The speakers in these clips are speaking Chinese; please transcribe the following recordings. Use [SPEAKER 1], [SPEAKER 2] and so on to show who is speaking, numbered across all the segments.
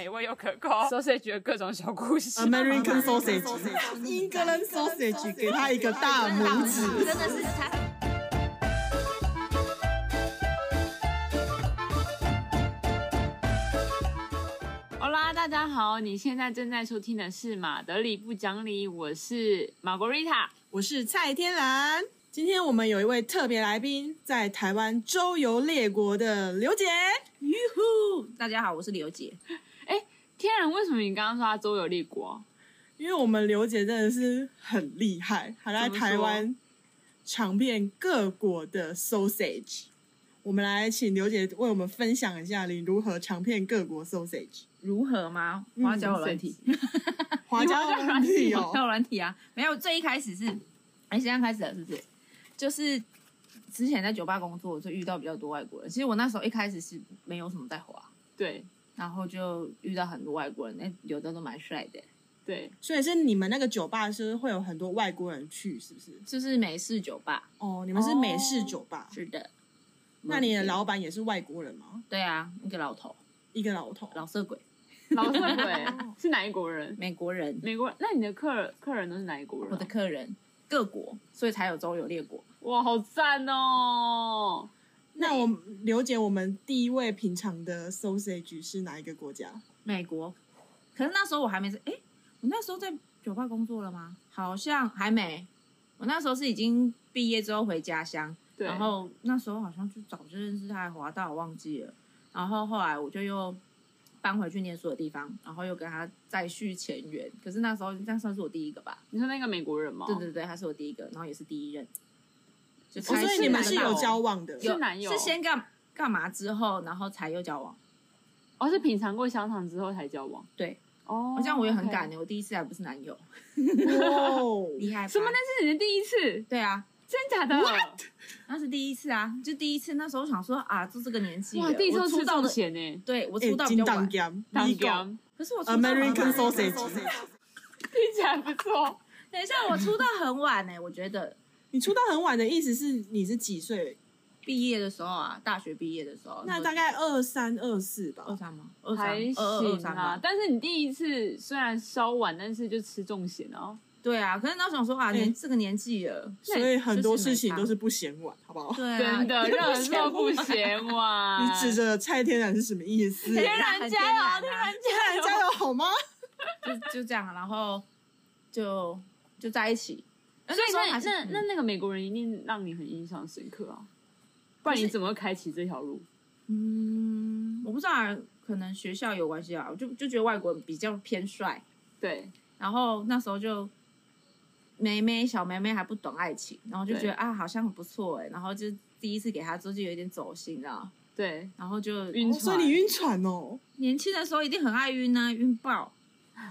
[SPEAKER 1] 美味又可口，sausage 的各种小故
[SPEAKER 2] 啊
[SPEAKER 1] 事。
[SPEAKER 3] American sausage，英格兰 sausage，给他一个大拇指。
[SPEAKER 2] 真的是他。
[SPEAKER 1] 好啦，大家好，你现在正在收听的是《马德里不讲理》，我是玛格丽塔。
[SPEAKER 3] 我是蔡天然，今天我们有一位特别来宾，在台湾周游列国的刘姐。
[SPEAKER 2] 哟呼！大家好，我是刘姐。
[SPEAKER 1] 天然，为什么你刚刚说他周游列国？
[SPEAKER 3] 因为我们刘姐真的是很厉害，还在
[SPEAKER 1] 怎么说
[SPEAKER 3] 台湾尝遍各国的 sausage。我们来请刘姐为我们分享一下你如何尝遍各国 sausage。
[SPEAKER 2] 如何吗？
[SPEAKER 3] 嗯
[SPEAKER 2] 花椒软体，
[SPEAKER 3] 花椒软体
[SPEAKER 2] 花
[SPEAKER 3] 哦，
[SPEAKER 2] 椒软体啊，没有。最一开始是，哎，现在开始了是不是？就是之前在酒吧工作，就遇到比较多外国人。其实我那时候一开始是没有什么在滑，
[SPEAKER 1] 对
[SPEAKER 2] 然后就遇到很多外国人，哎，有的都蛮帅的，
[SPEAKER 1] 对，
[SPEAKER 3] 所以是你们那个酒吧是会有很多外国人去，是不是？
[SPEAKER 2] 就是美式酒吧。
[SPEAKER 3] 哦，你们是美式酒吧，
[SPEAKER 2] 是的，
[SPEAKER 3] 那你的老板也是外国人吗？
[SPEAKER 2] 对啊，一个老头，
[SPEAKER 3] 一个老头，
[SPEAKER 2] 老色鬼，
[SPEAKER 1] 老色鬼 是哪一国人？
[SPEAKER 2] 美国人，
[SPEAKER 1] 美国人？那你的客客人都是哪一国人
[SPEAKER 2] 我
[SPEAKER 1] 啊
[SPEAKER 2] 的？客人各国，所以才有周游列国。
[SPEAKER 1] 哇，好赞哦！
[SPEAKER 3] 那我们刘姐，我们第一位品尝的 sausage 是哪一个国家？
[SPEAKER 2] 美国。可是那时候我还没在，哎、我那时候在酒吧工作了吗？好像还没。我那时候是已经毕业之后回家乡，
[SPEAKER 1] 对，
[SPEAKER 2] 然后那时候好像就早就认识他，还滑到我忘记了。然后后来我就又搬回去念书的地方，然后又跟他再续前缘。可是那时候那算是我第一个吧？
[SPEAKER 1] 你说那个美国人吗？
[SPEAKER 2] 对对对，他是我第一个，然后也是第一任。就
[SPEAKER 3] 哦，
[SPEAKER 2] 才
[SPEAKER 3] 所以你们是有交往的，
[SPEAKER 1] 是男友
[SPEAKER 2] 是先干干嘛之后，然后才又交往。
[SPEAKER 1] 哦，是品尝过香肠之后才交往。
[SPEAKER 2] 对，
[SPEAKER 1] 哦
[SPEAKER 2] 这样我也很欸感
[SPEAKER 1] OK
[SPEAKER 2] 呢。我第一次还不是男友，
[SPEAKER 3] 哦，
[SPEAKER 2] 厉害吧
[SPEAKER 1] 什么？那是你的第一次？
[SPEAKER 2] 对啊，
[SPEAKER 1] 真假的？
[SPEAKER 2] 那是第一次啊，就第一次。那时候想说啊，就这个年纪了，
[SPEAKER 1] 哇，第一次
[SPEAKER 2] 我
[SPEAKER 1] 吃
[SPEAKER 2] 出道
[SPEAKER 1] 到
[SPEAKER 2] 的，
[SPEAKER 1] 钱呢，
[SPEAKER 2] 对我
[SPEAKER 3] 哎
[SPEAKER 2] 出道比
[SPEAKER 3] 金
[SPEAKER 2] 较
[SPEAKER 3] 当
[SPEAKER 2] 晚，
[SPEAKER 3] 姜，
[SPEAKER 1] 当
[SPEAKER 3] 米狗
[SPEAKER 1] 刚，
[SPEAKER 2] 可是我出道
[SPEAKER 3] ，American
[SPEAKER 2] 很晚
[SPEAKER 3] sausage，
[SPEAKER 1] 听起来不 错。
[SPEAKER 2] 等一下，我出道很晚呢、我觉得
[SPEAKER 3] 你出道很晚的意思是你是几岁？
[SPEAKER 2] 毕业的时候啊，大学毕业的时候，
[SPEAKER 3] 那大概二三二四吧
[SPEAKER 2] 二。三吗？二三
[SPEAKER 1] 还
[SPEAKER 2] 二二二
[SPEAKER 1] 行
[SPEAKER 2] 三
[SPEAKER 1] 啊
[SPEAKER 2] 吧，。
[SPEAKER 1] 但是你第一次虽然稍晚，但是就吃重咸哦。
[SPEAKER 2] 对啊，可是那时候想说啊，
[SPEAKER 3] 哎
[SPEAKER 2] 年这个年纪了，
[SPEAKER 3] 所以很多事情都是不嫌晚，好不好？
[SPEAKER 2] 对啊，
[SPEAKER 1] 真的，热
[SPEAKER 2] 说
[SPEAKER 1] 肉不嫌 晚。
[SPEAKER 3] 你指着蔡天然是什么意思？
[SPEAKER 1] 天
[SPEAKER 3] 天
[SPEAKER 1] 然
[SPEAKER 2] 天然
[SPEAKER 1] 加
[SPEAKER 2] 啊
[SPEAKER 1] 油，天然
[SPEAKER 3] 然加
[SPEAKER 1] 加油！
[SPEAKER 3] 油 好吗？
[SPEAKER 2] 就就这样，然后就就在一起。
[SPEAKER 1] 所
[SPEAKER 2] 那
[SPEAKER 1] 以
[SPEAKER 2] 时候还
[SPEAKER 1] 那
[SPEAKER 2] 是
[SPEAKER 1] 那
[SPEAKER 2] 嗯
[SPEAKER 1] 那那个美国人一定让你很印象深刻啊，不然你怎么会开启这条路？
[SPEAKER 2] 嗯，我不知道、啊，可能学校有关系啊，我就就觉得外国人比较偏帅，
[SPEAKER 1] 对，
[SPEAKER 2] 然后那时候就妹妹小妹妹还不懂爱情，然后就觉
[SPEAKER 1] 对
[SPEAKER 2] 得啊好像很不错哎、然后就第一次给她之后就有点走心，你知道吗？
[SPEAKER 1] 对，
[SPEAKER 2] 然后就
[SPEAKER 1] 晕
[SPEAKER 3] 所以
[SPEAKER 1] 船
[SPEAKER 3] 你。晕船哦，
[SPEAKER 2] 年轻的时候一定很爱晕啊，晕爆，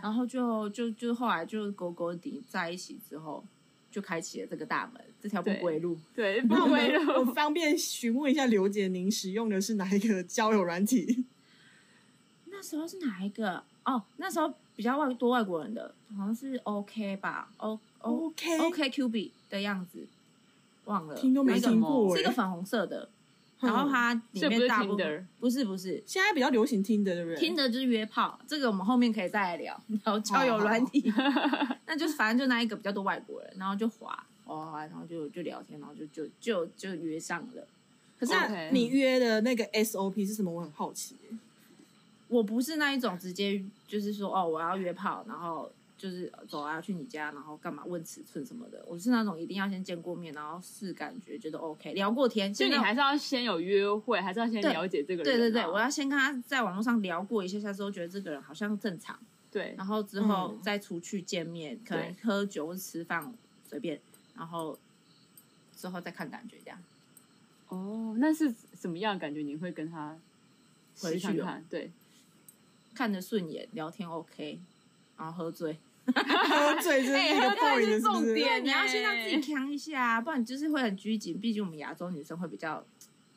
[SPEAKER 2] 然后就就就后来就狗狗底在一起之后，就开启了这个大门，这条不
[SPEAKER 1] 对
[SPEAKER 2] 归路。
[SPEAKER 1] 对，不
[SPEAKER 3] 那我
[SPEAKER 1] 归
[SPEAKER 3] 们我
[SPEAKER 1] 路。
[SPEAKER 3] 方便询问一下刘姐，您使用的是哪一个交友软体？
[SPEAKER 2] 那时候是哪一个？哦，那时候比较外多外国人的，好像是 OK 吧，O O
[SPEAKER 3] OK
[SPEAKER 2] 哦 OK Q B 的样子，忘了，
[SPEAKER 3] 听都没听过
[SPEAKER 2] 是一
[SPEAKER 3] 欸
[SPEAKER 2] 个粉红色的，然后它 里
[SPEAKER 1] 这不
[SPEAKER 2] 面
[SPEAKER 1] 是
[SPEAKER 2] 大部
[SPEAKER 1] Tinder
[SPEAKER 2] 分不是不是。
[SPEAKER 3] 现在比较流行听的，对不对？
[SPEAKER 2] 听的就是约炮，这个我们后面可以再来聊。然后交友软体，那就是反正就那一个比较多外国人，然后就滑滑滑，然后就就聊天，然后就就就就约上了。可是啊
[SPEAKER 1] OK
[SPEAKER 3] 那啊你约的那个 SOP 是什么？我很好奇。
[SPEAKER 2] 我不是那一种直接就是说哦，我要约炮，然后就是走啊去你家，然后干嘛问尺寸什么的。我是那种一定要先见过面，然后试感觉，觉得 OK，聊过天。
[SPEAKER 1] 就
[SPEAKER 2] 现
[SPEAKER 1] 你
[SPEAKER 2] 在
[SPEAKER 1] 还是要先有约会，还是要先
[SPEAKER 2] 对
[SPEAKER 1] 了解这个人啊、
[SPEAKER 2] 对对对，我要先跟他在网络上聊过一下下之后，觉得这个人好像正常，
[SPEAKER 1] 对
[SPEAKER 2] 然后之后
[SPEAKER 3] 嗯
[SPEAKER 2] 再出去见面，可
[SPEAKER 1] 对
[SPEAKER 2] 能喝酒或者吃饭随便，然后之后再看感觉这样。
[SPEAKER 1] 哦，那是什么样的感觉？你会跟他
[SPEAKER 2] 回
[SPEAKER 1] 试
[SPEAKER 2] 去
[SPEAKER 1] 看
[SPEAKER 2] 哦
[SPEAKER 1] 看？对，
[SPEAKER 2] 看着顺眼，聊天 OK，然后喝醉。
[SPEAKER 3] 喝醉这是一
[SPEAKER 1] 哎
[SPEAKER 3] 个
[SPEAKER 1] 喝醉
[SPEAKER 3] point，
[SPEAKER 1] 是
[SPEAKER 3] 是不
[SPEAKER 1] 重
[SPEAKER 3] 是？
[SPEAKER 1] 点
[SPEAKER 2] 你要先让自己扛一下啊，不然你就是会很拘谨。毕竟我们亚洲女生会比较，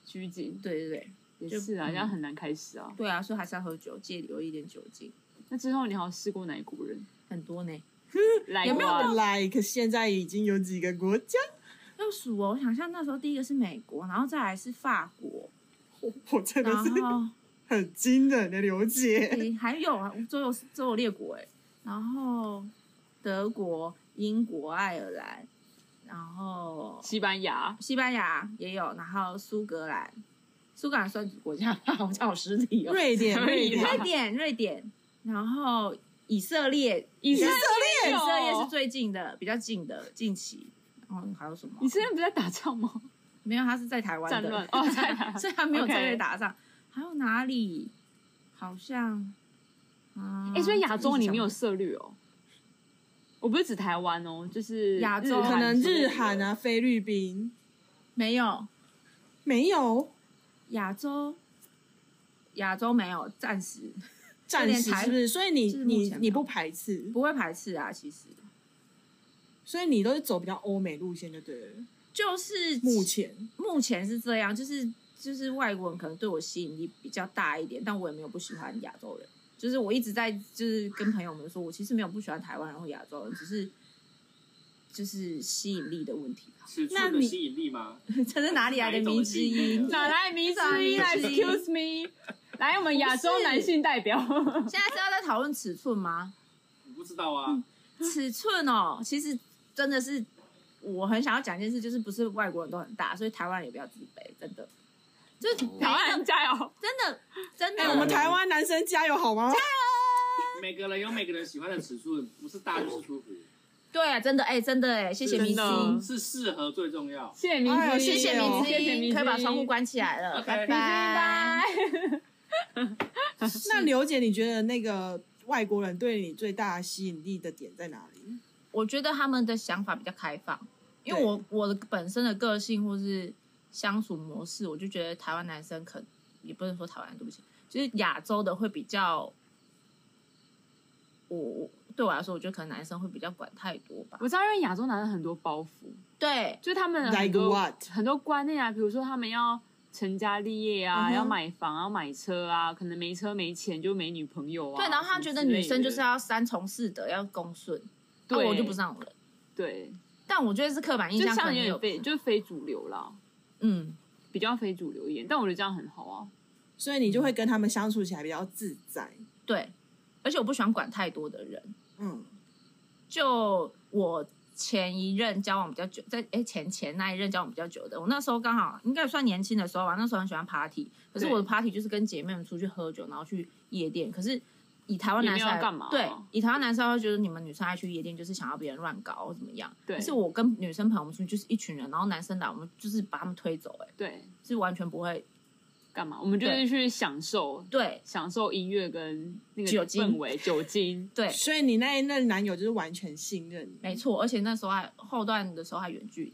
[SPEAKER 1] 拘谨
[SPEAKER 2] 对对对，
[SPEAKER 1] 也
[SPEAKER 2] 就是
[SPEAKER 1] 啊，
[SPEAKER 2] 嗯
[SPEAKER 1] 这样很难开始啊。
[SPEAKER 2] 对啊，所以还是要喝酒，借留一点酒精，
[SPEAKER 1] 那之后你好像试过哪一国人？
[SPEAKER 2] 很多呢。
[SPEAKER 1] 来
[SPEAKER 2] 有没有
[SPEAKER 1] 过啊
[SPEAKER 3] like 现在已经有几个国家？
[SPEAKER 2] 要数哦，我 想象那时候第一个是美国，然后再来是法国，
[SPEAKER 3] 我真的
[SPEAKER 2] 然
[SPEAKER 3] 是
[SPEAKER 2] 后
[SPEAKER 3] 很惊人的刘姐，
[SPEAKER 2] 诶还有啊，周游周游列国哎、然后德国、英国、爱尔兰，然后
[SPEAKER 1] 西班牙，
[SPEAKER 2] 西班牙也有，然后苏格兰，苏格兰算国家 吧，我叫好实体哦，
[SPEAKER 3] 瑞典，
[SPEAKER 1] 可
[SPEAKER 3] 瑞
[SPEAKER 1] 以
[SPEAKER 3] 典
[SPEAKER 1] 啦，
[SPEAKER 2] 瑞典，瑞典，然后以色列，哦
[SPEAKER 1] 以色
[SPEAKER 2] 以
[SPEAKER 1] 列有，
[SPEAKER 2] 色列 是最近的，比较近的近期。然后还有什么？
[SPEAKER 1] 以色列不是在打仗吗？
[SPEAKER 2] 没有，他是在台湾
[SPEAKER 1] 战
[SPEAKER 2] 的
[SPEAKER 1] 乱哦，在哪
[SPEAKER 2] 所以他没有
[SPEAKER 1] OK
[SPEAKER 2] 战略打仗。还有哪里？好像，啊，
[SPEAKER 1] 哎，所以亚洲你没有
[SPEAKER 2] 一直
[SPEAKER 1] 涉略哦。我不是指台湾哦，就是
[SPEAKER 2] 亚洲
[SPEAKER 1] 日韩
[SPEAKER 3] 可能
[SPEAKER 1] 之类
[SPEAKER 3] 日
[SPEAKER 1] 的
[SPEAKER 3] 韩啊、菲律宾
[SPEAKER 2] 想没有
[SPEAKER 3] 没有，
[SPEAKER 2] 亚洲，亚洲没有，暂时
[SPEAKER 3] 暂
[SPEAKER 2] 连
[SPEAKER 3] 时
[SPEAKER 2] 台
[SPEAKER 3] 是不是？所以你
[SPEAKER 2] 就是目
[SPEAKER 3] 你
[SPEAKER 2] 前没
[SPEAKER 3] 你
[SPEAKER 2] 有
[SPEAKER 3] 不排斥，
[SPEAKER 2] 不会排斥啊。其实
[SPEAKER 3] 所以你都是走比较欧美路线就对了。
[SPEAKER 2] 就是
[SPEAKER 3] 目前
[SPEAKER 2] 目前是这样，就是就是外国人可能对我吸引力比较大一点，但我也没有不喜欢亚洲人。就是我一直在就是跟朋友们说，我其实没有不喜欢台湾人或亚洲人，只是就是吸引力的问题吧。
[SPEAKER 4] 尺
[SPEAKER 3] 那
[SPEAKER 4] 寸的
[SPEAKER 3] 你
[SPEAKER 4] 吸引力吗？
[SPEAKER 2] 这是哪里来的迷之音？
[SPEAKER 1] 哪来迷之一
[SPEAKER 2] 哪来迷之一
[SPEAKER 1] ？Excuse me，来我们亚
[SPEAKER 2] 不
[SPEAKER 1] 洲
[SPEAKER 2] 是
[SPEAKER 1] 男性代表，
[SPEAKER 2] 现在是要在讨论尺寸吗？
[SPEAKER 4] 我不知道
[SPEAKER 3] 嗯
[SPEAKER 4] 啊，
[SPEAKER 2] 尺寸哦，其实真的是我很想要讲一件事，就是不是外国人都很大，所以台湾人也不要自卑，真的。就是
[SPEAKER 1] 台湾人加油！
[SPEAKER 2] 真的真的，
[SPEAKER 3] 哎、我们台湾男生加油好吗？
[SPEAKER 4] 每个人有每个人喜欢的尺寸，不是大就是舒服，
[SPEAKER 2] 对啊，真的哎、真的哎、谢谢
[SPEAKER 1] 真
[SPEAKER 2] 迷之
[SPEAKER 1] 的
[SPEAKER 2] 音。
[SPEAKER 4] 是适合最重要。
[SPEAKER 1] 谢谢明
[SPEAKER 3] 哎
[SPEAKER 1] 之
[SPEAKER 3] 呦
[SPEAKER 1] 一，
[SPEAKER 2] 谢谢
[SPEAKER 3] 哦
[SPEAKER 2] 明之
[SPEAKER 1] 谢谢明之
[SPEAKER 2] 音，
[SPEAKER 1] 一
[SPEAKER 2] 可以把窗户关起来了，
[SPEAKER 4] OK
[SPEAKER 2] 拜
[SPEAKER 4] 明之音
[SPEAKER 2] 拜。
[SPEAKER 3] 那刘姐，你觉得那个外国人对你最大的吸引力的点在哪里？
[SPEAKER 2] 我觉得他们的想法比较开放，因为
[SPEAKER 3] 对
[SPEAKER 2] 我我的本身的个性或是相处模式，我就觉得台湾男生可也不能说台湾，对不起，就是亚洲的会比较，我我对我来说，我觉得可能男生会比较管太多吧。
[SPEAKER 1] 我知道，因为亚洲男人很多包袱，
[SPEAKER 2] 对，
[SPEAKER 1] 就是他
[SPEAKER 2] 嗯
[SPEAKER 1] 们的很
[SPEAKER 3] Like
[SPEAKER 1] 多
[SPEAKER 3] what？
[SPEAKER 1] 很多观念啊，比如说他们要成家立业啊
[SPEAKER 3] 嗯哼
[SPEAKER 1] 要买房啊、要买车啊，可能没车没钱就没女朋友啊。
[SPEAKER 2] 对，然后他觉得女生就是
[SPEAKER 1] 什么
[SPEAKER 2] 要三从四德，要恭顺，
[SPEAKER 1] 之
[SPEAKER 2] 那
[SPEAKER 1] 类的对，
[SPEAKER 2] 我就不是那种人。
[SPEAKER 1] 对，
[SPEAKER 2] 但我觉得是刻板印
[SPEAKER 1] 就
[SPEAKER 2] 象，可
[SPEAKER 1] 像
[SPEAKER 2] 能
[SPEAKER 1] 有
[SPEAKER 2] 有
[SPEAKER 1] 点非就是非主流啦，
[SPEAKER 2] 嗯，
[SPEAKER 1] 比较非主流一点，但我觉得这样很好啊。
[SPEAKER 3] 所以你
[SPEAKER 2] 嗯
[SPEAKER 3] 就会跟他们相处起来比较自在。
[SPEAKER 2] 对，而且我不喜欢管太多的人。
[SPEAKER 3] 嗯，
[SPEAKER 2] 就我前一任交往比较久，在诶前前那一任交往比较久的，我那时候刚好应该算年轻的时候吧，那时候很喜欢 party，可是
[SPEAKER 1] 对
[SPEAKER 2] 我的 party 就是跟姐妹们出去喝酒，然后去夜店，可是。以台湾男
[SPEAKER 1] 也没有
[SPEAKER 2] 生来
[SPEAKER 1] 要干嘛哦
[SPEAKER 2] 对，以台湾男生会觉得你们女生爱去夜店，就是想要别人乱搞或怎么样。
[SPEAKER 1] 对
[SPEAKER 2] 可是我跟女生朋友们出去就是一群人，然后男生来我们就是把他们推走、哎，
[SPEAKER 1] 对，
[SPEAKER 2] 是完全不会
[SPEAKER 1] 干嘛？我们就是
[SPEAKER 2] 对
[SPEAKER 1] 去享受
[SPEAKER 2] 对
[SPEAKER 1] 享受音乐跟那个
[SPEAKER 2] 酒精
[SPEAKER 1] 氛围、酒 精。
[SPEAKER 2] 对，
[SPEAKER 3] 所以你那一任男友就是完全信任你，
[SPEAKER 2] 没错。而且那时候还后段的时候还远距离，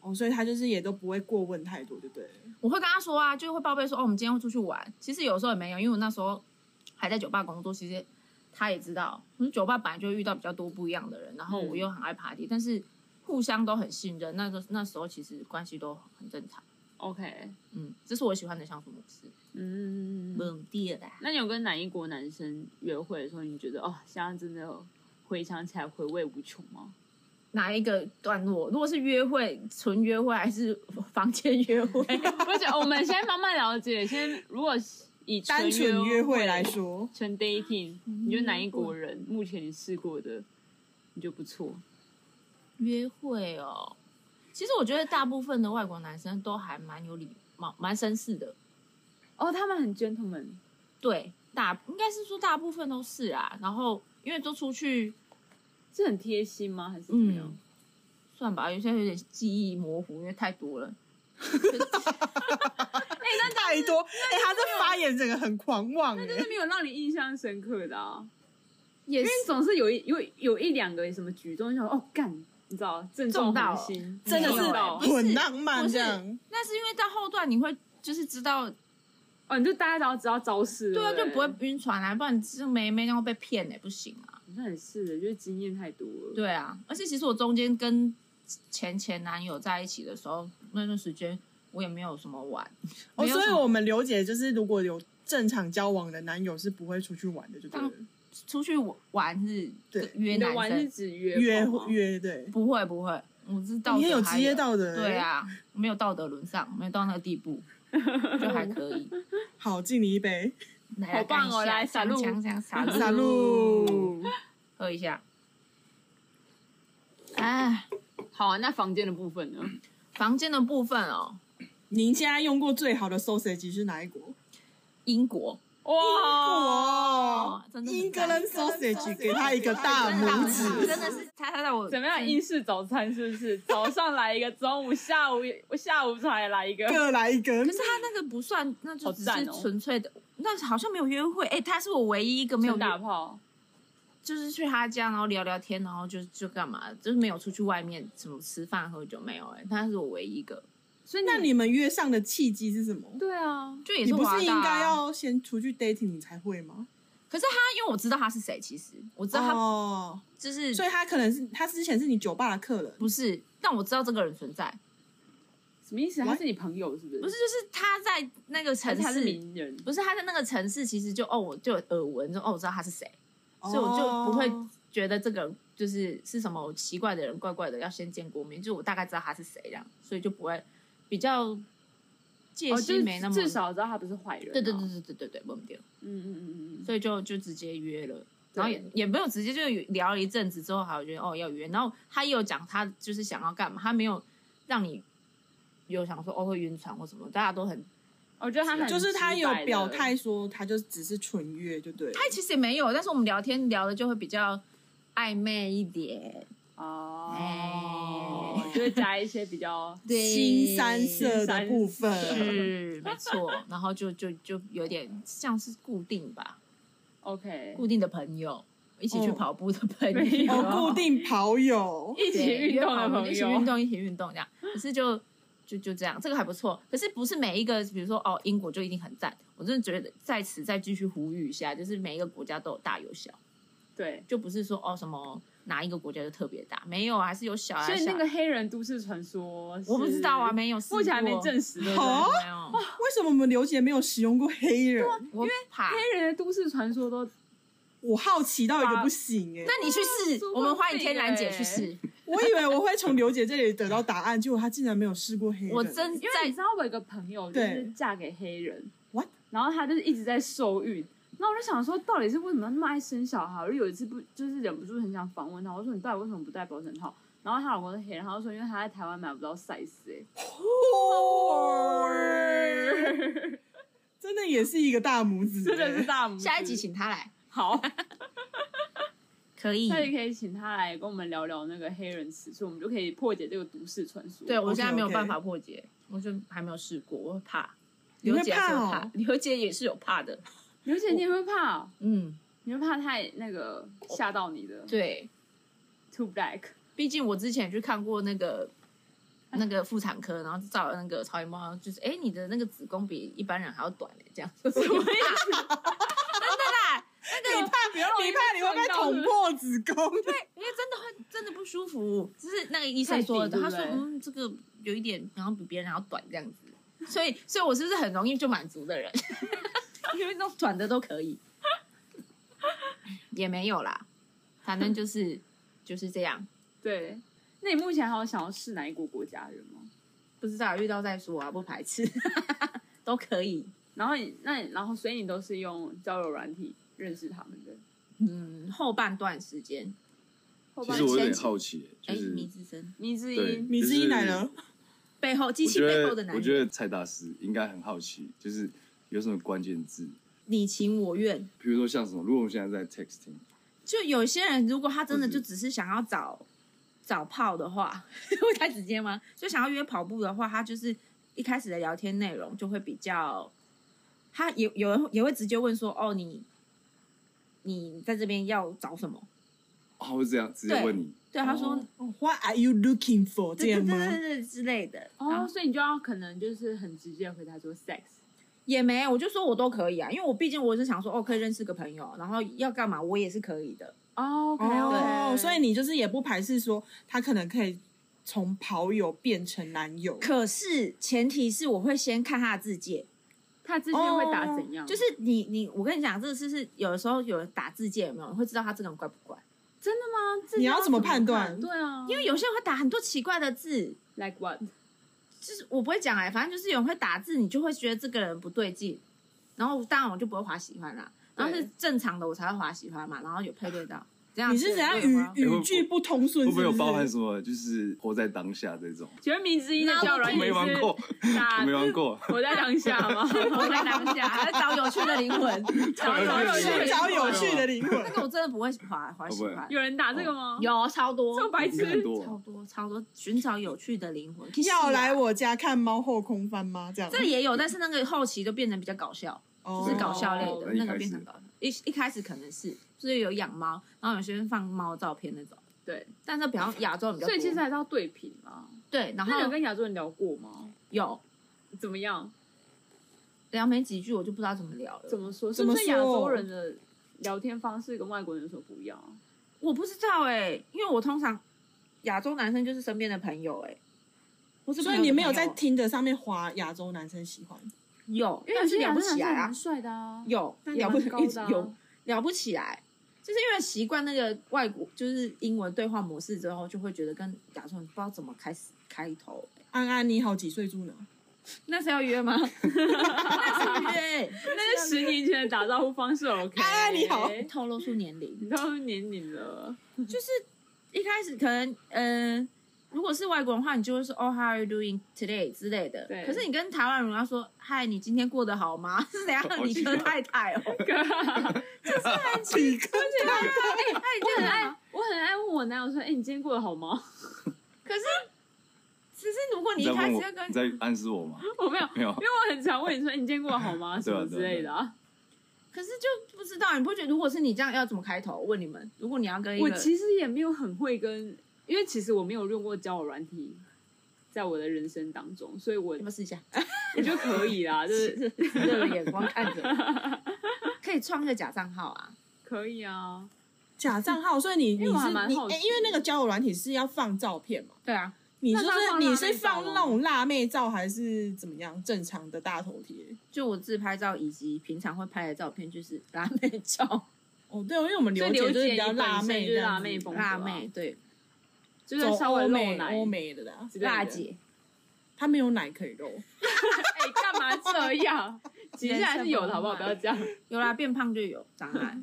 [SPEAKER 3] 哦，所以他就是也都不会过问太多，就对了。
[SPEAKER 2] 我会跟他说啊，就会报备说哦，我们今天会出去玩。其实有时候也没有，因为我那时候还在酒吧工作，其实他也知道，我们酒吧本来就会遇到比较多不一样的人，然后
[SPEAKER 1] 嗯
[SPEAKER 2] 我又很爱 party，、但是互相都很信任，那个那时候其实关系都很正常。
[SPEAKER 1] OK，
[SPEAKER 2] 嗯，这是我喜欢的相处模式。
[SPEAKER 1] 嗯，
[SPEAKER 2] 稳定的，
[SPEAKER 1] 那你有跟哪一国男生约会的时候，你觉得哦，现在真的回想起来回味无穷吗？
[SPEAKER 2] 哪一个段落？如果是约会，纯约会还是房间约会？
[SPEAKER 1] 我觉得我们先慢慢了解，先如果以
[SPEAKER 3] 单纯约
[SPEAKER 1] 约
[SPEAKER 3] 会来，说，
[SPEAKER 1] 纯 dating，你觉得哪一国人目前你试过的，你觉得不错？
[SPEAKER 2] 约会哦，其实我觉得大部分的外国男生都还蛮有礼貌、蛮绅士的。
[SPEAKER 1] 哦，他们很 gentleman，
[SPEAKER 2] 对，大应该是说大部分都是啊。然后因为都出去，
[SPEAKER 1] 是很贴心吗？还是怎么样？
[SPEAKER 2] 嗯算吧，有些有点记忆模糊，因为太多了。可
[SPEAKER 3] 太多，哎、他这发言整个很狂妄、
[SPEAKER 1] 那就
[SPEAKER 3] 哎
[SPEAKER 1] 是没有让你印象深刻的啊，
[SPEAKER 2] 也
[SPEAKER 1] 因
[SPEAKER 2] 是
[SPEAKER 1] 为总是有一有有一两个什么举动，你想说哦干，你知道正中
[SPEAKER 2] 中到
[SPEAKER 1] 红心，
[SPEAKER 3] 真的
[SPEAKER 1] 没有欸
[SPEAKER 3] 是很浪漫
[SPEAKER 2] 哦不是
[SPEAKER 3] 这样。
[SPEAKER 2] 那是因为到后段你会就是知道，
[SPEAKER 1] 哦，你就大家只要知道招式，
[SPEAKER 2] 对啊，
[SPEAKER 1] 对
[SPEAKER 2] 就不会晕船啊，不然你这没没然后被骗哎、不行啊。
[SPEAKER 1] 那也是的，就是经验太多了。，
[SPEAKER 2] 对啊，而且其实我中间跟前前男友在一起的时候，那段时间我也没有什么玩，
[SPEAKER 3] 哦，
[SPEAKER 2] 没有
[SPEAKER 3] 所
[SPEAKER 2] 什
[SPEAKER 3] 以
[SPEAKER 2] 么
[SPEAKER 3] 我们刘姐就是如果有正常交往的男友是不会出去玩的，就对了
[SPEAKER 2] 当出去玩是
[SPEAKER 3] 对
[SPEAKER 2] 约
[SPEAKER 1] 你的
[SPEAKER 2] 男
[SPEAKER 1] 玩是
[SPEAKER 2] 生，
[SPEAKER 1] 指约
[SPEAKER 3] 约
[SPEAKER 1] 炮吗
[SPEAKER 3] 约对。
[SPEAKER 2] 不会不会，我知道
[SPEAKER 3] 你很有职业道德、欸
[SPEAKER 2] 啊 对，啊，没有道德沦丧，没有到那个地步。就还可以。
[SPEAKER 3] 好，敬你一 杯，
[SPEAKER 1] 好棒哦来撒露
[SPEAKER 2] 想想撒露
[SPEAKER 3] 撒
[SPEAKER 2] 哦
[SPEAKER 3] 露。
[SPEAKER 2] 喝一下。
[SPEAKER 1] 哎，好啊，那房间的部分呢？
[SPEAKER 2] 房间的部分哦，
[SPEAKER 3] 您现在用过最好的 sausage 是哪一国？
[SPEAKER 2] 英国
[SPEAKER 3] 哇，
[SPEAKER 2] 哦，真的很
[SPEAKER 3] 英格兰
[SPEAKER 2] 赞
[SPEAKER 3] sausage 给他一个大
[SPEAKER 2] 真的大
[SPEAKER 3] 拇
[SPEAKER 2] 拇指
[SPEAKER 3] 指。
[SPEAKER 2] 真的是他他到我
[SPEAKER 1] 怎么样？英式早餐是不 是？早上来一个，中午、下午、下午才来一个。
[SPEAKER 3] 各来一根
[SPEAKER 2] 可，是他那个不算，那就
[SPEAKER 1] 好
[SPEAKER 2] 只
[SPEAKER 1] 赞
[SPEAKER 2] 是
[SPEAKER 1] 哦
[SPEAKER 2] 纯粹的，那好像没有约会。哎、他是我唯一一个没有
[SPEAKER 1] 没有打
[SPEAKER 2] 约，
[SPEAKER 1] 炮，
[SPEAKER 2] 就是去他家，然后聊聊天，然后就就干嘛，就是没有出去外面什么吃饭喝酒没有、哎，他是我唯一一个，
[SPEAKER 1] 所以
[SPEAKER 3] 那你们约上的契机是什么？
[SPEAKER 1] 对啊，
[SPEAKER 2] 就也
[SPEAKER 3] 你不
[SPEAKER 2] 滑
[SPEAKER 3] 是
[SPEAKER 2] 大、啊。
[SPEAKER 3] 应该要先出去 dating 你才会吗？
[SPEAKER 2] 可是他因为我知道他是谁，其实我知道他
[SPEAKER 3] 哦，
[SPEAKER 2] 就是、
[SPEAKER 3] 所以他可能是他之前是你酒吧的客人，
[SPEAKER 2] 不是，但我知道这个人存在，
[SPEAKER 1] 什么意思？
[SPEAKER 3] What？
[SPEAKER 1] 他是你朋友是不是？
[SPEAKER 2] 不是就是他在那个
[SPEAKER 1] 还
[SPEAKER 2] 城
[SPEAKER 1] 是他是
[SPEAKER 2] 市。
[SPEAKER 1] 名人，
[SPEAKER 2] 不是他在那个城市，其实就哦，我就有耳闻，就哦，我知道他是谁，所以我就不会
[SPEAKER 3] 哦
[SPEAKER 2] 觉得这个人就是是什么奇怪的人，怪怪的，要先见过面，就我大概知道他是谁这样，所以就不会比较戒
[SPEAKER 1] 哦，就
[SPEAKER 2] 心
[SPEAKER 1] 是
[SPEAKER 2] 没那么、
[SPEAKER 1] 至少知道他不是坏人啊。
[SPEAKER 2] 对对对对对对对，忘不掉，
[SPEAKER 1] 嗯，嗯嗯嗯嗯。
[SPEAKER 2] 所以就就直接约了。然后也也没有直接就聊了一阵子之后，还有觉得哦要约，然后他也有讲他就是想要干嘛，他没有让你有想说哦会晕船或什么，大家都很
[SPEAKER 1] 哦我觉得他很
[SPEAKER 3] 就是他有
[SPEAKER 1] 直白的
[SPEAKER 3] 表态说他就只是纯约，就对了。
[SPEAKER 2] 哎他其实也没有，但是我们聊天聊的就会比较暧昧一点，
[SPEAKER 1] 哦
[SPEAKER 2] 哎，
[SPEAKER 1] 就会加一些比 较
[SPEAKER 3] 新三色的部分，
[SPEAKER 2] 是没错，然后就就就有点像是固定吧，
[SPEAKER 1] OK，
[SPEAKER 2] 固定的朋友，一起去
[SPEAKER 3] 哦
[SPEAKER 2] 跑步的朋
[SPEAKER 1] 没
[SPEAKER 2] 友，
[SPEAKER 1] 有
[SPEAKER 3] 哦，固定跑友，
[SPEAKER 1] 一起
[SPEAKER 2] 对
[SPEAKER 1] 运动的
[SPEAKER 2] 约跑步
[SPEAKER 1] 朋
[SPEAKER 2] 一起运
[SPEAKER 1] 友，
[SPEAKER 2] 动，一起运动这样。可是就就就这样，这个还不错。可是不是每一个，比如说哦，英国就一定很赞。我真的觉得在此再继续呼吁一下，就是每一个国家都有大有小，
[SPEAKER 1] 对。
[SPEAKER 2] 就不是说哦什么哪一个国家就特别大，没有啊，还是有小啊。
[SPEAKER 1] 所以那
[SPEAKER 2] 小
[SPEAKER 1] 个黑人都市传说，
[SPEAKER 2] 我不知道啊，，没有试过，
[SPEAKER 1] 目前还没证实，对不对？
[SPEAKER 3] 哦
[SPEAKER 2] 没有，
[SPEAKER 3] 为什么我们刘姐没有使用过黑人？
[SPEAKER 2] 我怕。
[SPEAKER 1] 黑人的都市传说都
[SPEAKER 3] 我好奇到一个不行哎、
[SPEAKER 2] 那你去试，
[SPEAKER 1] 苏
[SPEAKER 2] 我们
[SPEAKER 1] 梦
[SPEAKER 2] 欢迎
[SPEAKER 1] 碧
[SPEAKER 2] 天然姐
[SPEAKER 1] 耶
[SPEAKER 2] 去试。
[SPEAKER 3] 我以为我会从刘姐这里得到答案，结果她竟然没有试过黑人。
[SPEAKER 2] 我真
[SPEAKER 1] 因为你
[SPEAKER 2] 在
[SPEAKER 1] 知道我有一个朋友就
[SPEAKER 3] 对
[SPEAKER 1] 是嫁给黑人
[SPEAKER 3] What？
[SPEAKER 1] 然后她就是一直在受孕，然后我就想说，到底是为什么那么爱生小孩？我就有一次不就是忍不住很想访问她，我说你到底为什么不戴保险套？然后她老公是黑人，她就说因为她在台湾买不到 size 哎、
[SPEAKER 3] 真的也是一个大拇指、欸
[SPEAKER 1] 真的是大拇指。
[SPEAKER 2] 下一集请她来，
[SPEAKER 1] 好，
[SPEAKER 2] 可以
[SPEAKER 1] 下一集可以请她来跟我们聊聊那个黑人尺寸，我们就可以破解这个都市传说。
[SPEAKER 2] 对，我
[SPEAKER 3] OK，
[SPEAKER 2] 现在没有
[SPEAKER 3] OK
[SPEAKER 2] 办法破解，我就还没有试过，我会怕。
[SPEAKER 3] 你
[SPEAKER 2] 刘
[SPEAKER 3] 会
[SPEAKER 2] 姐还是有
[SPEAKER 3] 怕
[SPEAKER 2] 怕
[SPEAKER 3] 哦，
[SPEAKER 2] 刘姐也是有怕的。
[SPEAKER 1] 刘姐，你也会怕哦？
[SPEAKER 2] 嗯，
[SPEAKER 1] 你会怕太那个吓到你的
[SPEAKER 2] 对，
[SPEAKER 1] too black？
[SPEAKER 2] 毕竟我之前去看过那个
[SPEAKER 1] 啊
[SPEAKER 2] 那个妇产科，然后照了那个超音波，然后就是哎、诶你的那个子宫比一般人还要短嘞、这样。 什么意思？真的啦，
[SPEAKER 3] 你怕，你怕你会被捅破子宫。
[SPEAKER 2] 因为真的会真的不舒服，就是那个医生
[SPEAKER 1] 太
[SPEAKER 2] 说的，
[SPEAKER 1] 紧
[SPEAKER 2] 他
[SPEAKER 1] 对不
[SPEAKER 2] 说
[SPEAKER 1] 对
[SPEAKER 2] 嗯，这个有一点，然后比别人还要短这样子。所以，所以我是不是很容易就满足的人？因为那种短的都可以， 也没有啦，反正就是就是这样。
[SPEAKER 1] 对，那你目前还有想要试哪一国国家的人吗？
[SPEAKER 2] 不知道遇到再说啊，不排斥， 都可以。
[SPEAKER 1] 然后你那你然后所以你都是用交友软体认识他们的？
[SPEAKER 2] 嗯，后半段时间，
[SPEAKER 1] 后
[SPEAKER 5] 其
[SPEAKER 1] 半
[SPEAKER 5] 实我有
[SPEAKER 1] 前
[SPEAKER 5] 点
[SPEAKER 1] 期
[SPEAKER 5] 好奇，
[SPEAKER 2] 哎、
[SPEAKER 5] 就是
[SPEAKER 2] 迷之声
[SPEAKER 1] 迷之
[SPEAKER 5] 对
[SPEAKER 1] 音，
[SPEAKER 3] 你是一奶了，
[SPEAKER 2] 背后机
[SPEAKER 5] 我
[SPEAKER 2] 器
[SPEAKER 5] 觉
[SPEAKER 2] 背后的
[SPEAKER 5] 得
[SPEAKER 2] 男
[SPEAKER 5] 我觉
[SPEAKER 2] 人，
[SPEAKER 5] 得蔡大师应该很好奇，就是有什么关键字，
[SPEAKER 2] 你情我愿。
[SPEAKER 5] 比如说像什么，如果我们现在在 texting，
[SPEAKER 2] 就有些人，如果他真的
[SPEAKER 5] 或
[SPEAKER 2] 就是只是想要找找炮的话，会太直接吗？就想要约跑步的话，他就是一开始的聊天内容就会比较，他也有人也会直接问说：“哦，你你在这边要找什么
[SPEAKER 5] 哦，会这样直接问你，？”
[SPEAKER 2] 对，他说：“
[SPEAKER 3] 哦 What are you looking for？这
[SPEAKER 2] 对
[SPEAKER 3] 样
[SPEAKER 2] 对对
[SPEAKER 3] 吗
[SPEAKER 2] 对？对之类的。”
[SPEAKER 1] 哦，，所以你就要可能就是很直接地回答说 sex，
[SPEAKER 2] 也没，我就说我都可以啊，因为我毕竟我是想说，哦，可以认识个朋友，然后要干嘛我也是可以的。
[SPEAKER 1] 哦，OK
[SPEAKER 3] 哦，
[SPEAKER 1] OK，
[SPEAKER 3] 所以你就是也不排斥说他可能可以从跑友变成男友。
[SPEAKER 2] 可是前提是我会先看他的字界，
[SPEAKER 1] 他之前会
[SPEAKER 3] 哦
[SPEAKER 1] 打怎样？
[SPEAKER 2] 就是你你，我跟你讲，这个是是有的时候有人打字界有没有，你会知道他这个人怪不怪，
[SPEAKER 1] 真的吗？这
[SPEAKER 3] 你
[SPEAKER 1] 要
[SPEAKER 3] 要怎么判断
[SPEAKER 1] 对啊，
[SPEAKER 2] 因为有些人会打很多奇怪的字，
[SPEAKER 1] like what？
[SPEAKER 2] 就是我不会讲哎、反正就是有人会打字，你就会觉得这个人不对劲，然后当然我就不会划喜欢啦，然后是
[SPEAKER 1] 对
[SPEAKER 2] 正常的我才会划喜欢嘛，然后有配对到这样
[SPEAKER 3] 你
[SPEAKER 2] 子
[SPEAKER 3] 是
[SPEAKER 2] 有
[SPEAKER 3] 怎样
[SPEAKER 2] 对吗
[SPEAKER 3] 语语句不通顺？
[SPEAKER 5] 会
[SPEAKER 3] 是
[SPEAKER 5] 不会有
[SPEAKER 3] 是
[SPEAKER 5] 包含什么？就是活在当下这种？
[SPEAKER 1] 请问迷之音的
[SPEAKER 2] 那
[SPEAKER 1] 交友
[SPEAKER 2] 我
[SPEAKER 1] 软
[SPEAKER 5] 我没玩过
[SPEAKER 1] 体，
[SPEAKER 5] 我
[SPEAKER 1] 打
[SPEAKER 5] 没玩
[SPEAKER 3] 啊
[SPEAKER 5] 过。
[SPEAKER 1] 我在当下 吗？
[SPEAKER 2] 我在当下， 还在啊找有趣的灵魂，找
[SPEAKER 1] 找有趣的灵魂
[SPEAKER 3] 寻找有趣的灵
[SPEAKER 2] 那
[SPEAKER 3] 魂？
[SPEAKER 2] 个我真的不会划划喜欢，
[SPEAKER 1] 有啊人打这个吗？
[SPEAKER 2] 有超多，
[SPEAKER 1] 这么白
[SPEAKER 5] 应该很
[SPEAKER 1] 痴，
[SPEAKER 5] 多
[SPEAKER 2] 超多超多，寻找有趣的灵魂，
[SPEAKER 3] 要来我家看猫后空翻吗？这样
[SPEAKER 2] 这也有，但是那个后期就变成比较搞笑，
[SPEAKER 3] 哦
[SPEAKER 2] 是搞笑类
[SPEAKER 1] 哦
[SPEAKER 2] 的，
[SPEAKER 5] 一
[SPEAKER 2] 那
[SPEAKER 5] 开始
[SPEAKER 2] 个变成搞笑。一一开始可能是就是有养猫，然后有些人放猫照片那种，
[SPEAKER 1] 对，
[SPEAKER 2] 但是比方亚洲人比较
[SPEAKER 1] 所
[SPEAKER 2] 多，
[SPEAKER 1] 以其实还是要对平啊。
[SPEAKER 2] 对，然后
[SPEAKER 1] 那你有跟亚洲人聊过吗？
[SPEAKER 2] 有
[SPEAKER 1] 怎么样？
[SPEAKER 2] 聊没几句，我就不知道怎么聊
[SPEAKER 1] 怎
[SPEAKER 2] 了，
[SPEAKER 1] 么说？是
[SPEAKER 3] 怎么
[SPEAKER 1] 不
[SPEAKER 3] 说
[SPEAKER 1] 是亚洲人的聊天方式跟外国人有所不一样啊？
[SPEAKER 2] 我不知道哎，因为我通常亚洲男生就是身边的朋友哎，不是
[SPEAKER 3] 所
[SPEAKER 2] 朋
[SPEAKER 3] 以
[SPEAKER 2] 友的
[SPEAKER 3] 你没有在
[SPEAKER 2] 朋友
[SPEAKER 3] 听的上面划亚洲男生喜欢，
[SPEAKER 2] 有，
[SPEAKER 1] 因为
[SPEAKER 2] 但
[SPEAKER 1] 有
[SPEAKER 2] 是
[SPEAKER 1] 些
[SPEAKER 2] 聊
[SPEAKER 1] 亚
[SPEAKER 2] 不
[SPEAKER 1] 洲男
[SPEAKER 2] 起
[SPEAKER 1] 生
[SPEAKER 2] 来
[SPEAKER 1] 还
[SPEAKER 2] 啊
[SPEAKER 1] 蛮，帅的啊，
[SPEAKER 2] 有
[SPEAKER 1] 但也
[SPEAKER 2] 聊不
[SPEAKER 1] 蛮高
[SPEAKER 2] 一直
[SPEAKER 1] 的啊
[SPEAKER 2] 有聊不起来，就是因为习惯那个外国就是英文对话模式之后，就会觉得跟亚洲人不知道怎么开始开头。欸
[SPEAKER 3] 安安你好，几岁住 哪？
[SPEAKER 2] 那是要约吗？ 那是
[SPEAKER 1] 那是十年前的打招呼方式 OK。
[SPEAKER 3] 哎你好
[SPEAKER 2] 约，透露出年龄。
[SPEAKER 1] 你都年龄了，
[SPEAKER 2] 就是一开始可能，嗯、如果是外国人的话，你就会说哦、h o w are you doing today 之类的。
[SPEAKER 1] 对
[SPEAKER 2] 可是你跟台湾人要说，嗨，你今天过得好吗？ 是怎样？
[SPEAKER 5] 好
[SPEAKER 2] 你
[SPEAKER 5] 奇怪
[SPEAKER 2] 跟太太哦，
[SPEAKER 3] 几个？
[SPEAKER 2] 嗨，哎你真的很爱。
[SPEAKER 1] 我很爱问我男友说：“哎、你今天过得好吗
[SPEAKER 2] 可是，只是如果你
[SPEAKER 5] 你
[SPEAKER 2] 一
[SPEAKER 5] 在
[SPEAKER 2] 开
[SPEAKER 5] 问
[SPEAKER 2] 始
[SPEAKER 5] 我
[SPEAKER 2] 就跟？
[SPEAKER 5] 你在暗示我吗？？”
[SPEAKER 1] 我没有，因
[SPEAKER 5] 没有，
[SPEAKER 1] 为我很常问你说：“哎你今天过得好吗？”什
[SPEAKER 5] 对啊
[SPEAKER 1] 么之类的、啊。
[SPEAKER 2] 可是就不知道，你不觉得如果是你这样要怎么开头？我问你们，如果你要跟一
[SPEAKER 1] 我
[SPEAKER 2] 个，
[SPEAKER 1] 其实也没有很会跟，因为其实我没有用过交友软体，在我的人生当中，所以我
[SPEAKER 2] 你们试一下，
[SPEAKER 1] 我觉得可以啦，就是
[SPEAKER 2] 热了眼光看着我，可以创一个假账号啊。
[SPEAKER 1] 可以啊。
[SPEAKER 3] 假账号，所以你
[SPEAKER 1] 因
[SPEAKER 3] 你
[SPEAKER 1] 为我还
[SPEAKER 3] 是
[SPEAKER 1] 蛮
[SPEAKER 3] 你、
[SPEAKER 1] 好奇
[SPEAKER 3] 哎因为那个交友软体是要放照片嘛？
[SPEAKER 2] 对啊，
[SPEAKER 3] 你就是
[SPEAKER 1] 那
[SPEAKER 3] 你
[SPEAKER 1] 他放辣妹
[SPEAKER 3] 是放
[SPEAKER 1] 照吗
[SPEAKER 3] 那种辣妹照还是怎么样？正常的大头贴？
[SPEAKER 2] 就我自拍照以及平常会拍的照片，就是辣妹照，
[SPEAKER 3] 哦，对哦，因为我们
[SPEAKER 1] 所
[SPEAKER 3] 刘
[SPEAKER 1] 以刘
[SPEAKER 3] 姐就是
[SPEAKER 1] 姐
[SPEAKER 3] 比较
[SPEAKER 1] 你本
[SPEAKER 3] 辣妹
[SPEAKER 1] 身
[SPEAKER 3] 这
[SPEAKER 1] 就是
[SPEAKER 3] 样
[SPEAKER 1] 辣
[SPEAKER 3] 子，
[SPEAKER 1] 妹风格
[SPEAKER 2] 辣
[SPEAKER 1] 啊
[SPEAKER 2] 妹对，
[SPEAKER 1] 就是稍
[SPEAKER 3] 走
[SPEAKER 1] 微
[SPEAKER 3] 欧
[SPEAKER 1] 露
[SPEAKER 3] 美
[SPEAKER 1] 奶
[SPEAKER 3] 欧美的啦，
[SPEAKER 1] 之类的
[SPEAKER 2] 辣。姐。
[SPEAKER 3] 她没有奶可以露。
[SPEAKER 1] 哎、干嘛这样？其实还是有的，好不好？不要这样。
[SPEAKER 2] 有啦，变胖就有障 碍。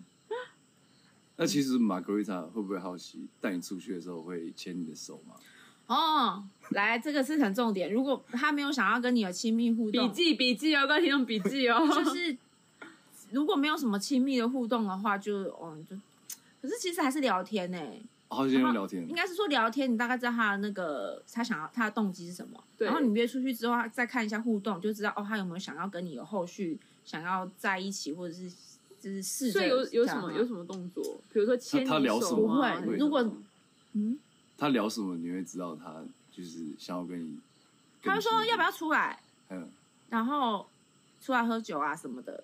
[SPEAKER 5] 那其实 Margarita 会不会好奇，带你出去的时候会牵你的手吗？
[SPEAKER 2] 哦，来，这个是很重点。如果他没有想要跟你有亲密互
[SPEAKER 1] 笔
[SPEAKER 2] 动，
[SPEAKER 1] 记笔记哦，各位听众笔记哦。
[SPEAKER 2] 就是如果没有什么亲密的互动的话，就哦你就，可是其实还是聊天呢、欸
[SPEAKER 5] 好喜欢聊哦天
[SPEAKER 2] 应，该是说聊天，你大概知道他的那个他想要他的动机是什么，
[SPEAKER 1] 对
[SPEAKER 2] 然后你约出去之后再看一下互动，就知道哦他有没有想要跟你有后续想要在一起，或者是就是试着
[SPEAKER 1] 所以有有什么
[SPEAKER 2] 这样啊
[SPEAKER 1] 有什么动作？比如说牵你手
[SPEAKER 5] 他他聊什么
[SPEAKER 1] 啊
[SPEAKER 2] 不会
[SPEAKER 1] 还是
[SPEAKER 2] 如果
[SPEAKER 1] 什么
[SPEAKER 5] 他聊什么你会知道他就是想要跟你。
[SPEAKER 2] 他就说要不
[SPEAKER 5] 要？
[SPEAKER 2] 要出来，
[SPEAKER 5] 嗯，
[SPEAKER 2] 然后出来喝酒啊什么的，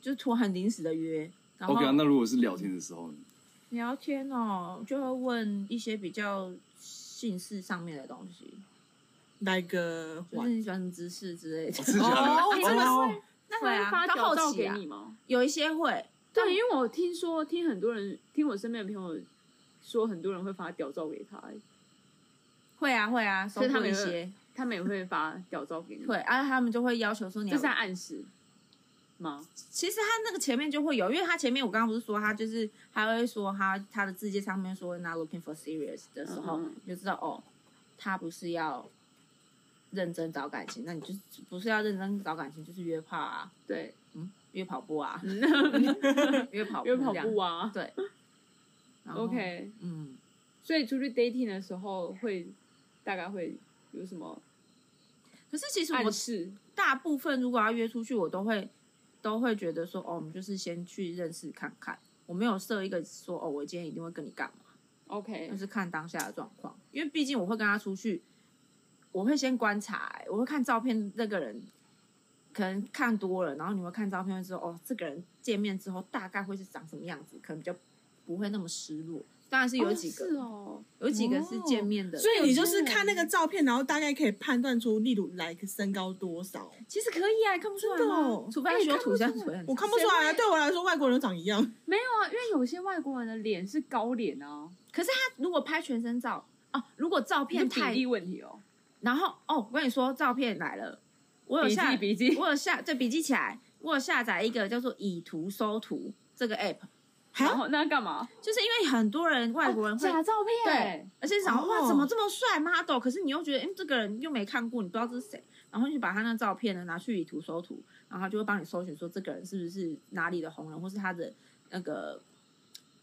[SPEAKER 2] 就是拖很临时的约，然后
[SPEAKER 5] OK 啊，那如果是聊天的时候呢？
[SPEAKER 2] 聊天哦，就会问一些比较性事上面的东西，
[SPEAKER 3] 来个
[SPEAKER 2] 就是你喜欢知识之类的。
[SPEAKER 5] 是假的？
[SPEAKER 3] 哦，真的
[SPEAKER 5] 哦
[SPEAKER 3] 是
[SPEAKER 1] 那
[SPEAKER 2] 会
[SPEAKER 1] 他会
[SPEAKER 2] 啊
[SPEAKER 1] 发
[SPEAKER 2] 到
[SPEAKER 1] 屌
[SPEAKER 2] 后
[SPEAKER 1] 照
[SPEAKER 2] 期
[SPEAKER 1] 给
[SPEAKER 2] 啊
[SPEAKER 1] 你吗？
[SPEAKER 2] 有一些会，
[SPEAKER 1] 对，因为我听说听很多人听我身边的朋友说，很多人会发屌照给他、欸
[SPEAKER 2] 会啊会啊，收
[SPEAKER 1] 所以他
[SPEAKER 2] 获
[SPEAKER 1] 们
[SPEAKER 2] 一
[SPEAKER 1] 也会
[SPEAKER 2] 些
[SPEAKER 1] 他们也会发屌照给你。
[SPEAKER 2] 会，，啊他们就会要求说你
[SPEAKER 1] 这
[SPEAKER 2] 要
[SPEAKER 1] 是在暗示吗？
[SPEAKER 2] 其实他那个前面就会有，因为他前面我刚刚不是说他就是他会说他他的字界上面说 not looking for serious 的时候，
[SPEAKER 1] 嗯嗯嗯
[SPEAKER 2] 你就知道哦，他不是要认真找感情，那你就不是要认真找感情，就是约炮啊，
[SPEAKER 1] 对，
[SPEAKER 2] 嗯，约跑步 啊，约跑
[SPEAKER 1] 因为跑
[SPEAKER 2] 这样
[SPEAKER 1] 步啊。
[SPEAKER 2] 对。然后
[SPEAKER 1] OK，
[SPEAKER 2] 嗯，
[SPEAKER 1] 所以出去 dating 的时候会大概会有什么
[SPEAKER 2] 可是其实我
[SPEAKER 1] 暗示？
[SPEAKER 2] 大部分如果要约出去，我都会都会觉得说，哦，我们就是先去认识看看，我没有设一个说，哦，我今天一定会跟你干嘛。
[SPEAKER 1] OK，
[SPEAKER 2] 就是看当下的状况，因为毕竟我会跟他出去，我会先观察、欸我会看照片，那个人可能看多了，然后你会看照片之后，哦，这个人见面之后大概会是长什么样子，可能比较不会那么失落。当然是有几
[SPEAKER 1] 哦是
[SPEAKER 2] 个，
[SPEAKER 1] 哦，
[SPEAKER 2] 有几个是见面的，
[SPEAKER 3] 所以你就是看那个照片，然后大概可以判断出，例如来个身高多少。
[SPEAKER 2] 其实可以啊，看不出来
[SPEAKER 3] 真的
[SPEAKER 2] 吗
[SPEAKER 3] 哦？
[SPEAKER 2] 除非他修图像出来，
[SPEAKER 3] 我看不出来啊，对我来说，外国人都长一样。
[SPEAKER 1] 没有啊，因为有些外国人的脸是高脸啊，
[SPEAKER 2] 可是他如果拍全身照哦，如果照
[SPEAKER 1] 是
[SPEAKER 2] 片
[SPEAKER 1] 比
[SPEAKER 2] 太
[SPEAKER 1] 例问题哦。
[SPEAKER 2] 然后哦，我跟你说，照片来了，我有
[SPEAKER 1] 笔
[SPEAKER 2] 下
[SPEAKER 1] 记笔记，
[SPEAKER 2] 我有下对笔记起来，我有下载一个叫做以图搜图这
[SPEAKER 3] 哦
[SPEAKER 2] 个 app，
[SPEAKER 1] 然
[SPEAKER 3] 哈，
[SPEAKER 1] 后那干嘛？哦
[SPEAKER 2] 就是因为很多人外国
[SPEAKER 3] 啊
[SPEAKER 2] 人会，
[SPEAKER 1] 假照片，
[SPEAKER 2] 而且想说、
[SPEAKER 3] 哦
[SPEAKER 2] 哇怎么这么帅 model，可是你又觉得嗯这个人又没看过，你不知道这是谁，然后你就把他那照片呢拿去以图搜图，然后他就会帮你搜寻说这个人是不是哪里的红人，或是他的那个。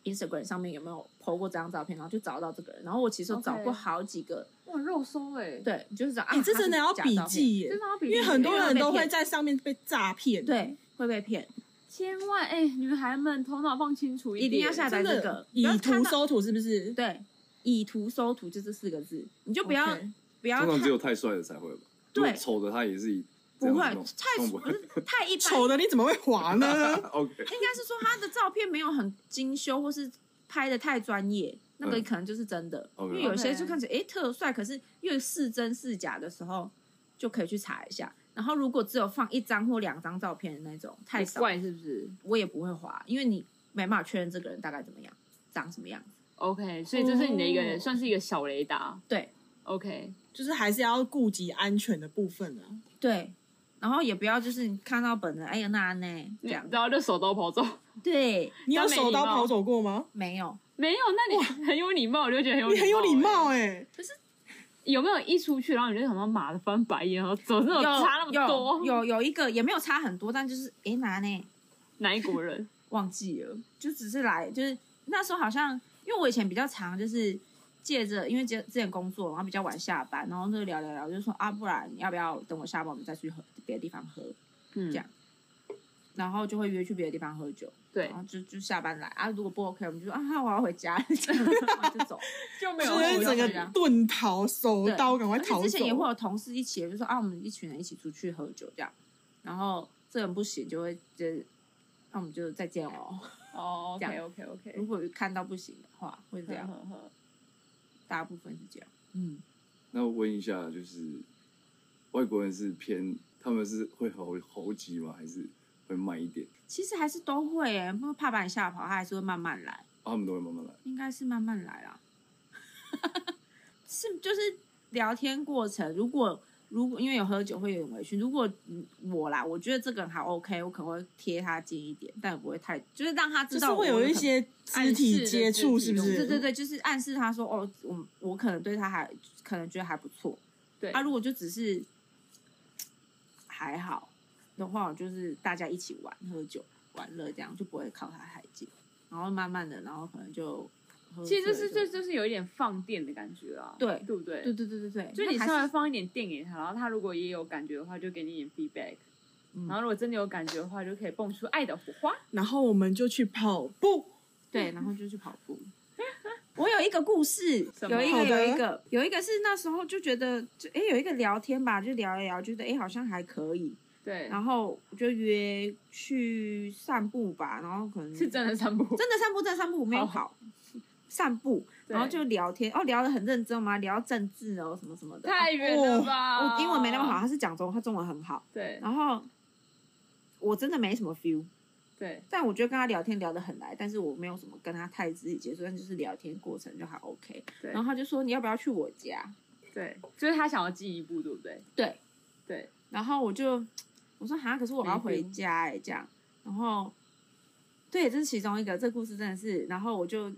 [SPEAKER 2] Instagram 上面有没有 po 过这张照片，然后就找到这个人。然后我其实
[SPEAKER 1] OK
[SPEAKER 2] 找过好几个
[SPEAKER 1] 哇，肉搜哎，，
[SPEAKER 2] 对，就是找啊，
[SPEAKER 3] 哎，这真的要
[SPEAKER 2] 他是
[SPEAKER 3] 笔
[SPEAKER 2] 假照片，
[SPEAKER 3] 记耶
[SPEAKER 1] 这，张笔
[SPEAKER 3] 因
[SPEAKER 1] 记，啊
[SPEAKER 3] 为很多人都
[SPEAKER 2] 因为
[SPEAKER 3] 会
[SPEAKER 2] 被骗
[SPEAKER 3] 在上面被诈骗。，
[SPEAKER 2] 对，会被骗，
[SPEAKER 1] 千万哎，女孩们头脑放清楚
[SPEAKER 2] 一
[SPEAKER 1] 点，
[SPEAKER 2] 定要下载
[SPEAKER 3] 真
[SPEAKER 2] 这
[SPEAKER 3] 的
[SPEAKER 2] 个，
[SPEAKER 3] 以
[SPEAKER 2] 不要看
[SPEAKER 3] 图
[SPEAKER 2] 到
[SPEAKER 3] 搜图是不是？
[SPEAKER 2] 对，以图搜图就这四个字，你就不要
[SPEAKER 3] OK
[SPEAKER 2] 不要
[SPEAKER 5] 通常只
[SPEAKER 2] 太
[SPEAKER 5] 有太帅的才会吧？如
[SPEAKER 2] 对
[SPEAKER 5] 果丑的他也是这
[SPEAKER 2] 不会
[SPEAKER 5] 样子弄
[SPEAKER 2] 太
[SPEAKER 5] 弄
[SPEAKER 2] 不
[SPEAKER 5] 不会。
[SPEAKER 2] 是太一般，
[SPEAKER 3] 丑的你怎么会滑呢？
[SPEAKER 5] OK，
[SPEAKER 2] 应该是说他的照片没有很精修，或是拍的太专业，那个
[SPEAKER 5] 嗯
[SPEAKER 2] 可能就是真的。
[SPEAKER 5] OK
[SPEAKER 2] 因为有些
[SPEAKER 1] OK
[SPEAKER 2] 就看起来诶特帅，可是越是真是假的时候，就可以去查一下。然后如果只有放一张或两张照片的那种太少，
[SPEAKER 1] 怪是不是
[SPEAKER 2] 我也不会滑，因为你没办法确认这个人大概怎么样，长什么样。
[SPEAKER 1] ？OK，所以这是你的一
[SPEAKER 3] 哦
[SPEAKER 1] 个算是一个小雷达。
[SPEAKER 2] 对
[SPEAKER 1] OK，
[SPEAKER 3] 就是还是要顾及安全的部分啊。
[SPEAKER 2] 对，然后也不要就是你看到本人，哎呀那呢这样，
[SPEAKER 1] 然后就手刀跑走，
[SPEAKER 2] 对，
[SPEAKER 3] 你有
[SPEAKER 1] 但没
[SPEAKER 3] 手刀
[SPEAKER 1] 礼貌
[SPEAKER 3] 跑走过吗？
[SPEAKER 2] 没有。
[SPEAKER 1] 没有，那你很有礼貌，我就觉得很有
[SPEAKER 3] 你很有礼貌
[SPEAKER 1] 欸。
[SPEAKER 3] 哎、
[SPEAKER 1] 有没有一出去，然后你就想到妈的翻白眼，然后怎 么这种差那么多？
[SPEAKER 2] 有有有一个也没有差很多，但就是诶哪呢
[SPEAKER 1] 哪一国人？
[SPEAKER 2] 忘记了，就只是来就是那时候好像因为我以前比较常就是借着因为之之前工作，然后比较晚下班，然后就聊聊聊，就说啊不然你要不要等我下班我们再去喝别的地方喝，
[SPEAKER 1] 嗯，
[SPEAKER 2] 这样然后就会约去别的地方喝酒，
[SPEAKER 1] 对
[SPEAKER 2] 然，后就就下班来啊如果不 OK 我们就说啊我要回家， 这样然后就走。
[SPEAKER 1] 就没
[SPEAKER 3] 就
[SPEAKER 2] 哎有
[SPEAKER 3] 是
[SPEAKER 2] 我
[SPEAKER 3] 整
[SPEAKER 2] 要回
[SPEAKER 3] 个
[SPEAKER 2] 家
[SPEAKER 3] 遁逃，手
[SPEAKER 2] 对
[SPEAKER 3] 刀赶快
[SPEAKER 2] 而且
[SPEAKER 3] 逃
[SPEAKER 2] 之
[SPEAKER 3] 走
[SPEAKER 2] 前。也会有同事一起，就说啊，我们一群人一起出去喝酒这样，然后这人不行就会就，那我们就再见哦。
[SPEAKER 1] 哦
[SPEAKER 2] 这
[SPEAKER 1] ，OK
[SPEAKER 2] 样
[SPEAKER 1] OK
[SPEAKER 2] 如
[SPEAKER 1] OK，
[SPEAKER 2] 果看到不行的话，会这
[SPEAKER 3] 嗯
[SPEAKER 2] 样，
[SPEAKER 1] 呵呵
[SPEAKER 2] 大部分是这样。嗯，
[SPEAKER 5] 那我问一下，就是外国人是偏他们是会猴猴急吗？还是会慢一点？
[SPEAKER 2] 其实还是都会耶，不过怕把你吓跑，他还是会慢慢来，
[SPEAKER 5] 啊他们都会慢慢来。
[SPEAKER 2] 应该是慢慢来啦。 是就是聊天过程，如果如果因为有喝酒会有点委屈，如果嗯我啦，我觉得这个人还 OK，我可能会贴他近一点，但也不会太，就是让他
[SPEAKER 3] 就
[SPEAKER 2] 知
[SPEAKER 3] 是
[SPEAKER 2] 道我
[SPEAKER 3] 会有
[SPEAKER 2] 可
[SPEAKER 3] 一
[SPEAKER 2] 能
[SPEAKER 3] 些肢体接触，是不是？
[SPEAKER 2] 对对对，就是暗示他说，哦，我我可能对他还可能觉得还不错。
[SPEAKER 1] 对
[SPEAKER 2] 啊，如果就只是还好的话，我就是大家一起玩喝酒玩乐，这样就不会靠他太近。然后慢慢的，然后可能就喝
[SPEAKER 1] 其实就
[SPEAKER 2] 醉
[SPEAKER 1] 是
[SPEAKER 2] 了
[SPEAKER 1] 这就是有一点放电的感觉啊，
[SPEAKER 2] 对
[SPEAKER 1] 对不对？
[SPEAKER 2] 对对对对对，
[SPEAKER 1] 就你
[SPEAKER 2] 那还
[SPEAKER 1] 稍 微
[SPEAKER 2] 是
[SPEAKER 1] 放一点电给他，然后他如果也有感觉的话，就给你一点 feedback，
[SPEAKER 2] 嗯
[SPEAKER 1] 然后如果真的有感觉的话，就可以蹦出爱的火花。
[SPEAKER 3] 然后我们就去跑步，
[SPEAKER 2] 对，然后就去跑步。我有一个故事，
[SPEAKER 1] 什么
[SPEAKER 2] 有一个
[SPEAKER 3] 好的
[SPEAKER 2] 有一个有一个是那时候就觉得，就哎有一个聊天吧，就聊一聊，觉得哎好像还可以，
[SPEAKER 1] 对，
[SPEAKER 2] 然后我就约去散步吧，然后可能
[SPEAKER 1] 是真的散步，
[SPEAKER 2] 真的散步，真的散步，我没有
[SPEAKER 1] 哦
[SPEAKER 2] 跑，散步，
[SPEAKER 1] 对
[SPEAKER 2] 然后就聊天，哦，聊得很认真嘛，聊政治哦，什么什么的。哦
[SPEAKER 1] 太远了吧？
[SPEAKER 2] 我英文没那么好，，他是讲中文，他中文很好，
[SPEAKER 1] 对
[SPEAKER 2] 然后我真的没什么 feel，
[SPEAKER 1] 对，
[SPEAKER 2] 但我觉得跟他聊天聊得很来，但是我没有什么跟他太肢体接触，但就是聊天过程就还 OK。
[SPEAKER 1] 对
[SPEAKER 2] 然后他就说你要不要去我家？
[SPEAKER 1] 对，就是他想要进一步，对不对？
[SPEAKER 2] 对，
[SPEAKER 1] 对，
[SPEAKER 2] 然后我就我说哈，可是我要回家哎、这样。然后，对，这是其中一个，这故事真的是，然后我就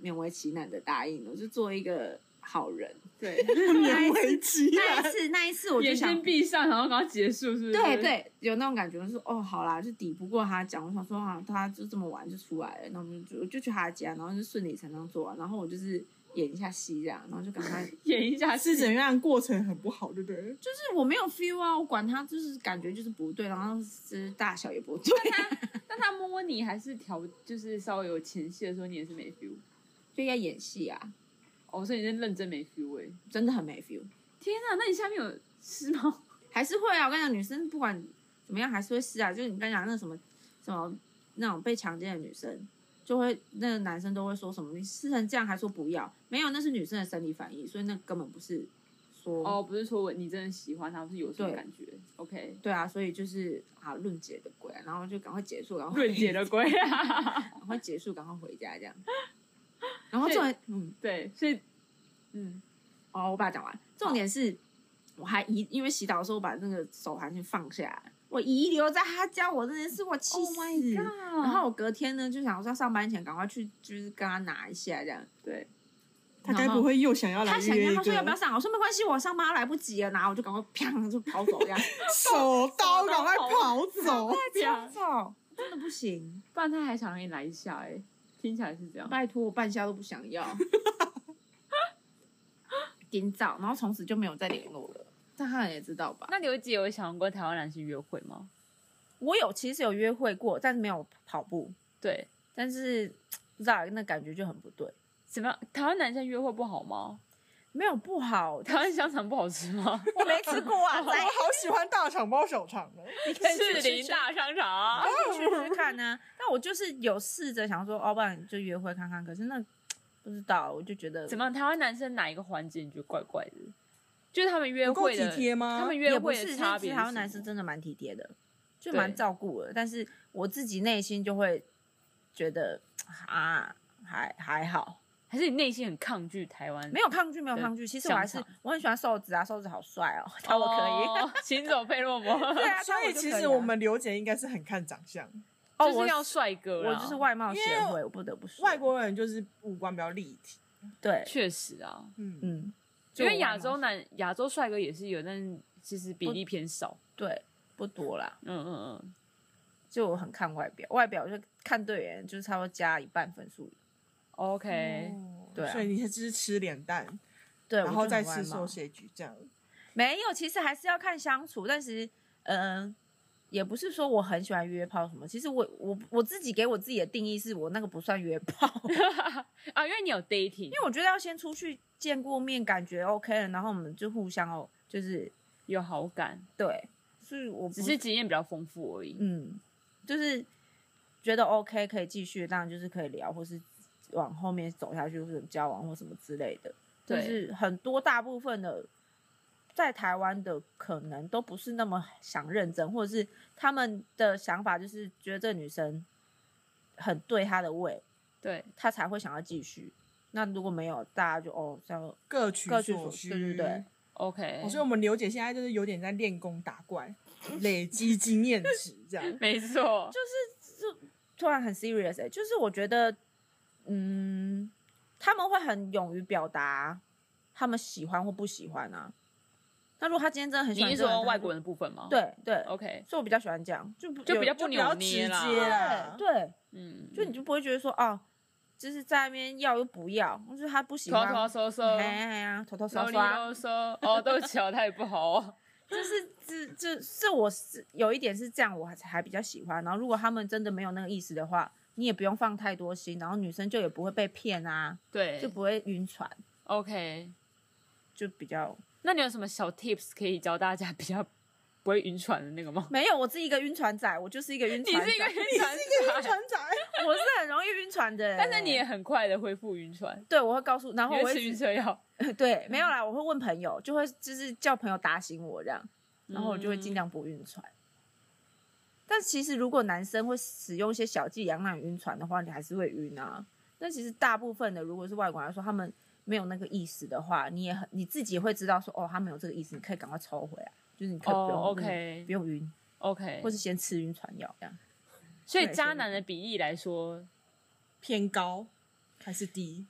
[SPEAKER 2] 勉为其难的答应，我就做一个好人。
[SPEAKER 1] 对，
[SPEAKER 3] 勉为其
[SPEAKER 2] 那一
[SPEAKER 3] 难。
[SPEAKER 2] 次，那一次我就
[SPEAKER 1] 眼
[SPEAKER 2] 想
[SPEAKER 1] 睛，闭上，然后赶快结束，是不是？
[SPEAKER 2] 对，对，有那种感觉，我就说哦，好啦，就抵不过他讲，我想说啊，他就这么晚就出来了，那我们就我就去他家，然后就顺理成章做完，然后我就是演一下戏这样，然后就赶快
[SPEAKER 1] 演一下
[SPEAKER 3] 是怎样过程很不好，对不对？
[SPEAKER 2] 就是我没有 feel 啊，我管他，就是感觉就是不对，然后是大小也不对，
[SPEAKER 1] 但他摸你还是调，就是稍微有前戏的时候，你也是没 feel。
[SPEAKER 2] 就要演戏啊，
[SPEAKER 1] 哦，所以你是认真没 feel 哎、
[SPEAKER 2] 真的很没 feel。
[SPEAKER 1] 天啊，那你下面有湿吗？
[SPEAKER 2] 还是会啊，我跟你讲，女生不管怎么样还是会试啊。就是你跟你讲那什么什么那种被强奸的女生，就会那个男生都会说什么你试成这样还说不要，没有，那是女生的生理反应，所以那根本不是说
[SPEAKER 1] 哦，不是说我你真的喜欢他，不是有什么
[SPEAKER 2] 对
[SPEAKER 1] 感觉？OK，
[SPEAKER 2] 对啊，所以就是啊论结的鬼、啊，然后就赶快结束，然后
[SPEAKER 1] 润姐的鬼啊！
[SPEAKER 2] 赶快结束，赶快回家这样。然后重点嗯
[SPEAKER 1] 对，所以嗯，
[SPEAKER 2] 哦，我把它讲完，重点是我还遗因为洗澡的时候把那个手环先放下来，我遗留在他教我这件事，我气死。
[SPEAKER 3] 嗯
[SPEAKER 2] 然
[SPEAKER 1] 然
[SPEAKER 2] 后我隔天呢就想说上班前赶快去，就是跟他拿一下这样。
[SPEAKER 1] 对，
[SPEAKER 3] 他该不会又想要来
[SPEAKER 2] 他想
[SPEAKER 3] 约
[SPEAKER 2] 要，
[SPEAKER 3] 一
[SPEAKER 2] 他
[SPEAKER 3] 个
[SPEAKER 2] 说要不要上？我说没关系，我上班来不及了，然后我就赶快啪就跑走这 样，
[SPEAKER 3] 手刀，
[SPEAKER 1] 手刀
[SPEAKER 3] 赶快跑走！
[SPEAKER 1] 对
[SPEAKER 2] 跑
[SPEAKER 1] 啊，
[SPEAKER 2] 走真的不行，
[SPEAKER 1] 不然他还想让你来一下哎、听起来是这样。
[SPEAKER 2] 拜托我半夏都不想 要，顶早，然后从此就没有再联络了。但他也知道吧？
[SPEAKER 1] 那刘姐有想过台湾男性约会吗？
[SPEAKER 2] 我有其实有约会过，但是没有跑步，
[SPEAKER 1] 对，
[SPEAKER 2] 但是不知道那感觉就很不对，
[SPEAKER 1] 怎么样？台湾男生约会不好吗？
[SPEAKER 2] 没有不好，
[SPEAKER 1] 台湾香肠不好吃 吗？
[SPEAKER 2] 我没吃过 啊，
[SPEAKER 3] 我好喜欢大肠包小肠哦，
[SPEAKER 2] 你可以去
[SPEAKER 1] 士林大商场。啊
[SPEAKER 2] 可以去试试看呢、但我就是有试着想说，哦，不然就约会看看，可是那不知道，我就觉得
[SPEAKER 1] 怎么样？台湾男生哪一个环节你觉得怪怪的？就是他们约
[SPEAKER 3] 不够
[SPEAKER 1] 会
[SPEAKER 3] 体
[SPEAKER 1] 的，
[SPEAKER 3] 贴吗？
[SPEAKER 1] 他们约
[SPEAKER 2] 啊也不
[SPEAKER 1] 会
[SPEAKER 2] 是，
[SPEAKER 1] 的
[SPEAKER 2] 就是
[SPEAKER 1] 差
[SPEAKER 2] 其
[SPEAKER 1] 别是
[SPEAKER 2] 实
[SPEAKER 1] 什么。
[SPEAKER 2] 台湾男生真的蛮体贴的，就
[SPEAKER 1] 对
[SPEAKER 2] 蛮照顾的。但是我自己内心就会觉得啊，还还好，
[SPEAKER 1] 还是你内心很抗拒台湾？
[SPEAKER 2] 没有抗拒，没有
[SPEAKER 1] 对
[SPEAKER 2] 抗拒。其实我还是
[SPEAKER 1] 想法
[SPEAKER 2] 我很喜欢瘦子啊，瘦子好帅哦，但我可 以。
[SPEAKER 1] 哦，行走佩洛 蒙。
[SPEAKER 2] 对啊，
[SPEAKER 3] 所
[SPEAKER 2] 但
[SPEAKER 3] 以
[SPEAKER 2] 就
[SPEAKER 3] 其
[SPEAKER 2] 可
[SPEAKER 3] 实
[SPEAKER 2] 啊
[SPEAKER 3] 我们刘姐应该是很看长相，
[SPEAKER 2] 哦，
[SPEAKER 1] 就
[SPEAKER 2] 我
[SPEAKER 1] 是要帅哥啦
[SPEAKER 2] 我就是外貌
[SPEAKER 3] 因
[SPEAKER 2] 协
[SPEAKER 3] 为
[SPEAKER 2] 会，我不得不说，
[SPEAKER 3] 外国人就是五官比较立体。
[SPEAKER 2] 对，
[SPEAKER 1] 确实啊，
[SPEAKER 3] 嗯，
[SPEAKER 2] 嗯，
[SPEAKER 1] 因为
[SPEAKER 2] 就
[SPEAKER 1] 亚
[SPEAKER 2] 外貌
[SPEAKER 1] 洲男亚洲帅哥也是有，但其实比例偏少。
[SPEAKER 2] 对不多啦，
[SPEAKER 1] 嗯嗯嗯，
[SPEAKER 2] 就我很看外表，外表就看对眼，就是差不多加一半分数。
[SPEAKER 1] OK，
[SPEAKER 3] 哦
[SPEAKER 2] 对啊
[SPEAKER 3] 所以你就是吃脸蛋，
[SPEAKER 2] 对，
[SPEAKER 3] 然
[SPEAKER 2] 我
[SPEAKER 3] 后
[SPEAKER 2] 就
[SPEAKER 3] 再
[SPEAKER 2] 很外
[SPEAKER 3] 吃
[SPEAKER 2] 貌
[SPEAKER 3] 寿喜局这样。
[SPEAKER 2] 没有，其实还是要看相处，但是嗯、呃也不是说我很喜欢约炮什么。其实我我我自己给我自己的定义是我那个不算约炮， 因
[SPEAKER 1] 啊，因为你有 dating，
[SPEAKER 2] 为我觉得要先出去见过面，感觉 OK 了，然后我们就互相哦，就是
[SPEAKER 1] 有好感，
[SPEAKER 2] 对，是我不
[SPEAKER 1] 只是经验比较丰富而已。
[SPEAKER 2] 嗯，就是觉得 OK 可以继续，当然就是可以聊，或是往后面走下去，或者交往或什么之类的。就
[SPEAKER 1] 对
[SPEAKER 2] 是很多大部分的在台湾的可能都不是那么想认真，或者是他们的想法就是觉得这女生很对他的胃，
[SPEAKER 1] 对，
[SPEAKER 2] 他才会想要继续。那如果没有，大家就哦，像
[SPEAKER 3] 各取
[SPEAKER 2] 各取所
[SPEAKER 3] 需，
[SPEAKER 2] 需对对对
[SPEAKER 1] OK，
[SPEAKER 3] 哦所以我们刘姐现在就是有点在练功打怪，累积经验值这样。
[SPEAKER 1] 没错，
[SPEAKER 2] 突然很 serious，、欸、就是我觉得，嗯，他们会很勇于表达他们喜欢或不喜欢啊。那如果他今天真的很喜
[SPEAKER 1] 你
[SPEAKER 2] 欢
[SPEAKER 1] 是
[SPEAKER 2] 这个人，
[SPEAKER 1] 说外
[SPEAKER 2] 他就
[SPEAKER 1] 国人的部分吗？
[SPEAKER 2] 对对，
[SPEAKER 1] ，OK，
[SPEAKER 2] 所以我比较喜欢这样，就不
[SPEAKER 1] 就
[SPEAKER 2] 有
[SPEAKER 1] 比 较不
[SPEAKER 3] 就比较
[SPEAKER 1] 扭
[SPEAKER 3] 直
[SPEAKER 1] 捏啦
[SPEAKER 3] 接啦
[SPEAKER 2] 对对，
[SPEAKER 1] 嗯，
[SPEAKER 2] 就你就不会觉得说哦，就是在那边要又不要，就是他不喜
[SPEAKER 1] 拖
[SPEAKER 2] 欢，
[SPEAKER 1] 拖收收，
[SPEAKER 2] 哎呀哎呀，头头
[SPEAKER 1] 啰
[SPEAKER 2] 刷
[SPEAKER 1] 里
[SPEAKER 2] 刷，
[SPEAKER 1] 啰嗦，哦，都巧，他也不好 哦。
[SPEAKER 2] 就是这这是我是有一点是这样，我还还比较喜欢。然后如果他们真的没有那个意思的话，你也不用放太多心，然后女生就也不会被骗啊，
[SPEAKER 1] 对
[SPEAKER 2] 就不会晕船，
[SPEAKER 1] ，OK。
[SPEAKER 2] 就比较
[SPEAKER 1] 那你有什么小 tips 可以教大家比较不会晕船的那个吗？
[SPEAKER 2] 没有。我是一个晕船仔，我就是一个晕
[SPEAKER 1] 你
[SPEAKER 2] 船仔，
[SPEAKER 1] 是一个晕船
[SPEAKER 3] 船
[SPEAKER 1] 仔，
[SPEAKER 3] 长，
[SPEAKER 2] 我是很容易晕船的人，
[SPEAKER 1] 但是你也很快的恢复晕船，
[SPEAKER 2] 对我会告诉，然
[SPEAKER 1] 你
[SPEAKER 2] 后我
[SPEAKER 1] 会
[SPEAKER 2] 会
[SPEAKER 1] 吃晕嗯车药，
[SPEAKER 2] 对，没有啦，我会问朋友，就会就是叫朋友打醒我这样，然后我就会
[SPEAKER 1] 嗯
[SPEAKER 2] 尽量不晕船。但其实如果男生会使用一些小伎俩让你晕船的话，你还是会晕啊。但其实大部分的，如果是外国人来说，他们没有那个意思的话，你也很你自己会知道说，哦，他们有这个意思，你可以赶快抽回来，就是你可以不用、
[SPEAKER 1] 哦，OK
[SPEAKER 2] 不用晕，
[SPEAKER 1] OK
[SPEAKER 2] 或。是先吃晕船药这样。
[SPEAKER 1] 所以渣男的比例来说，
[SPEAKER 3] 偏高还是低？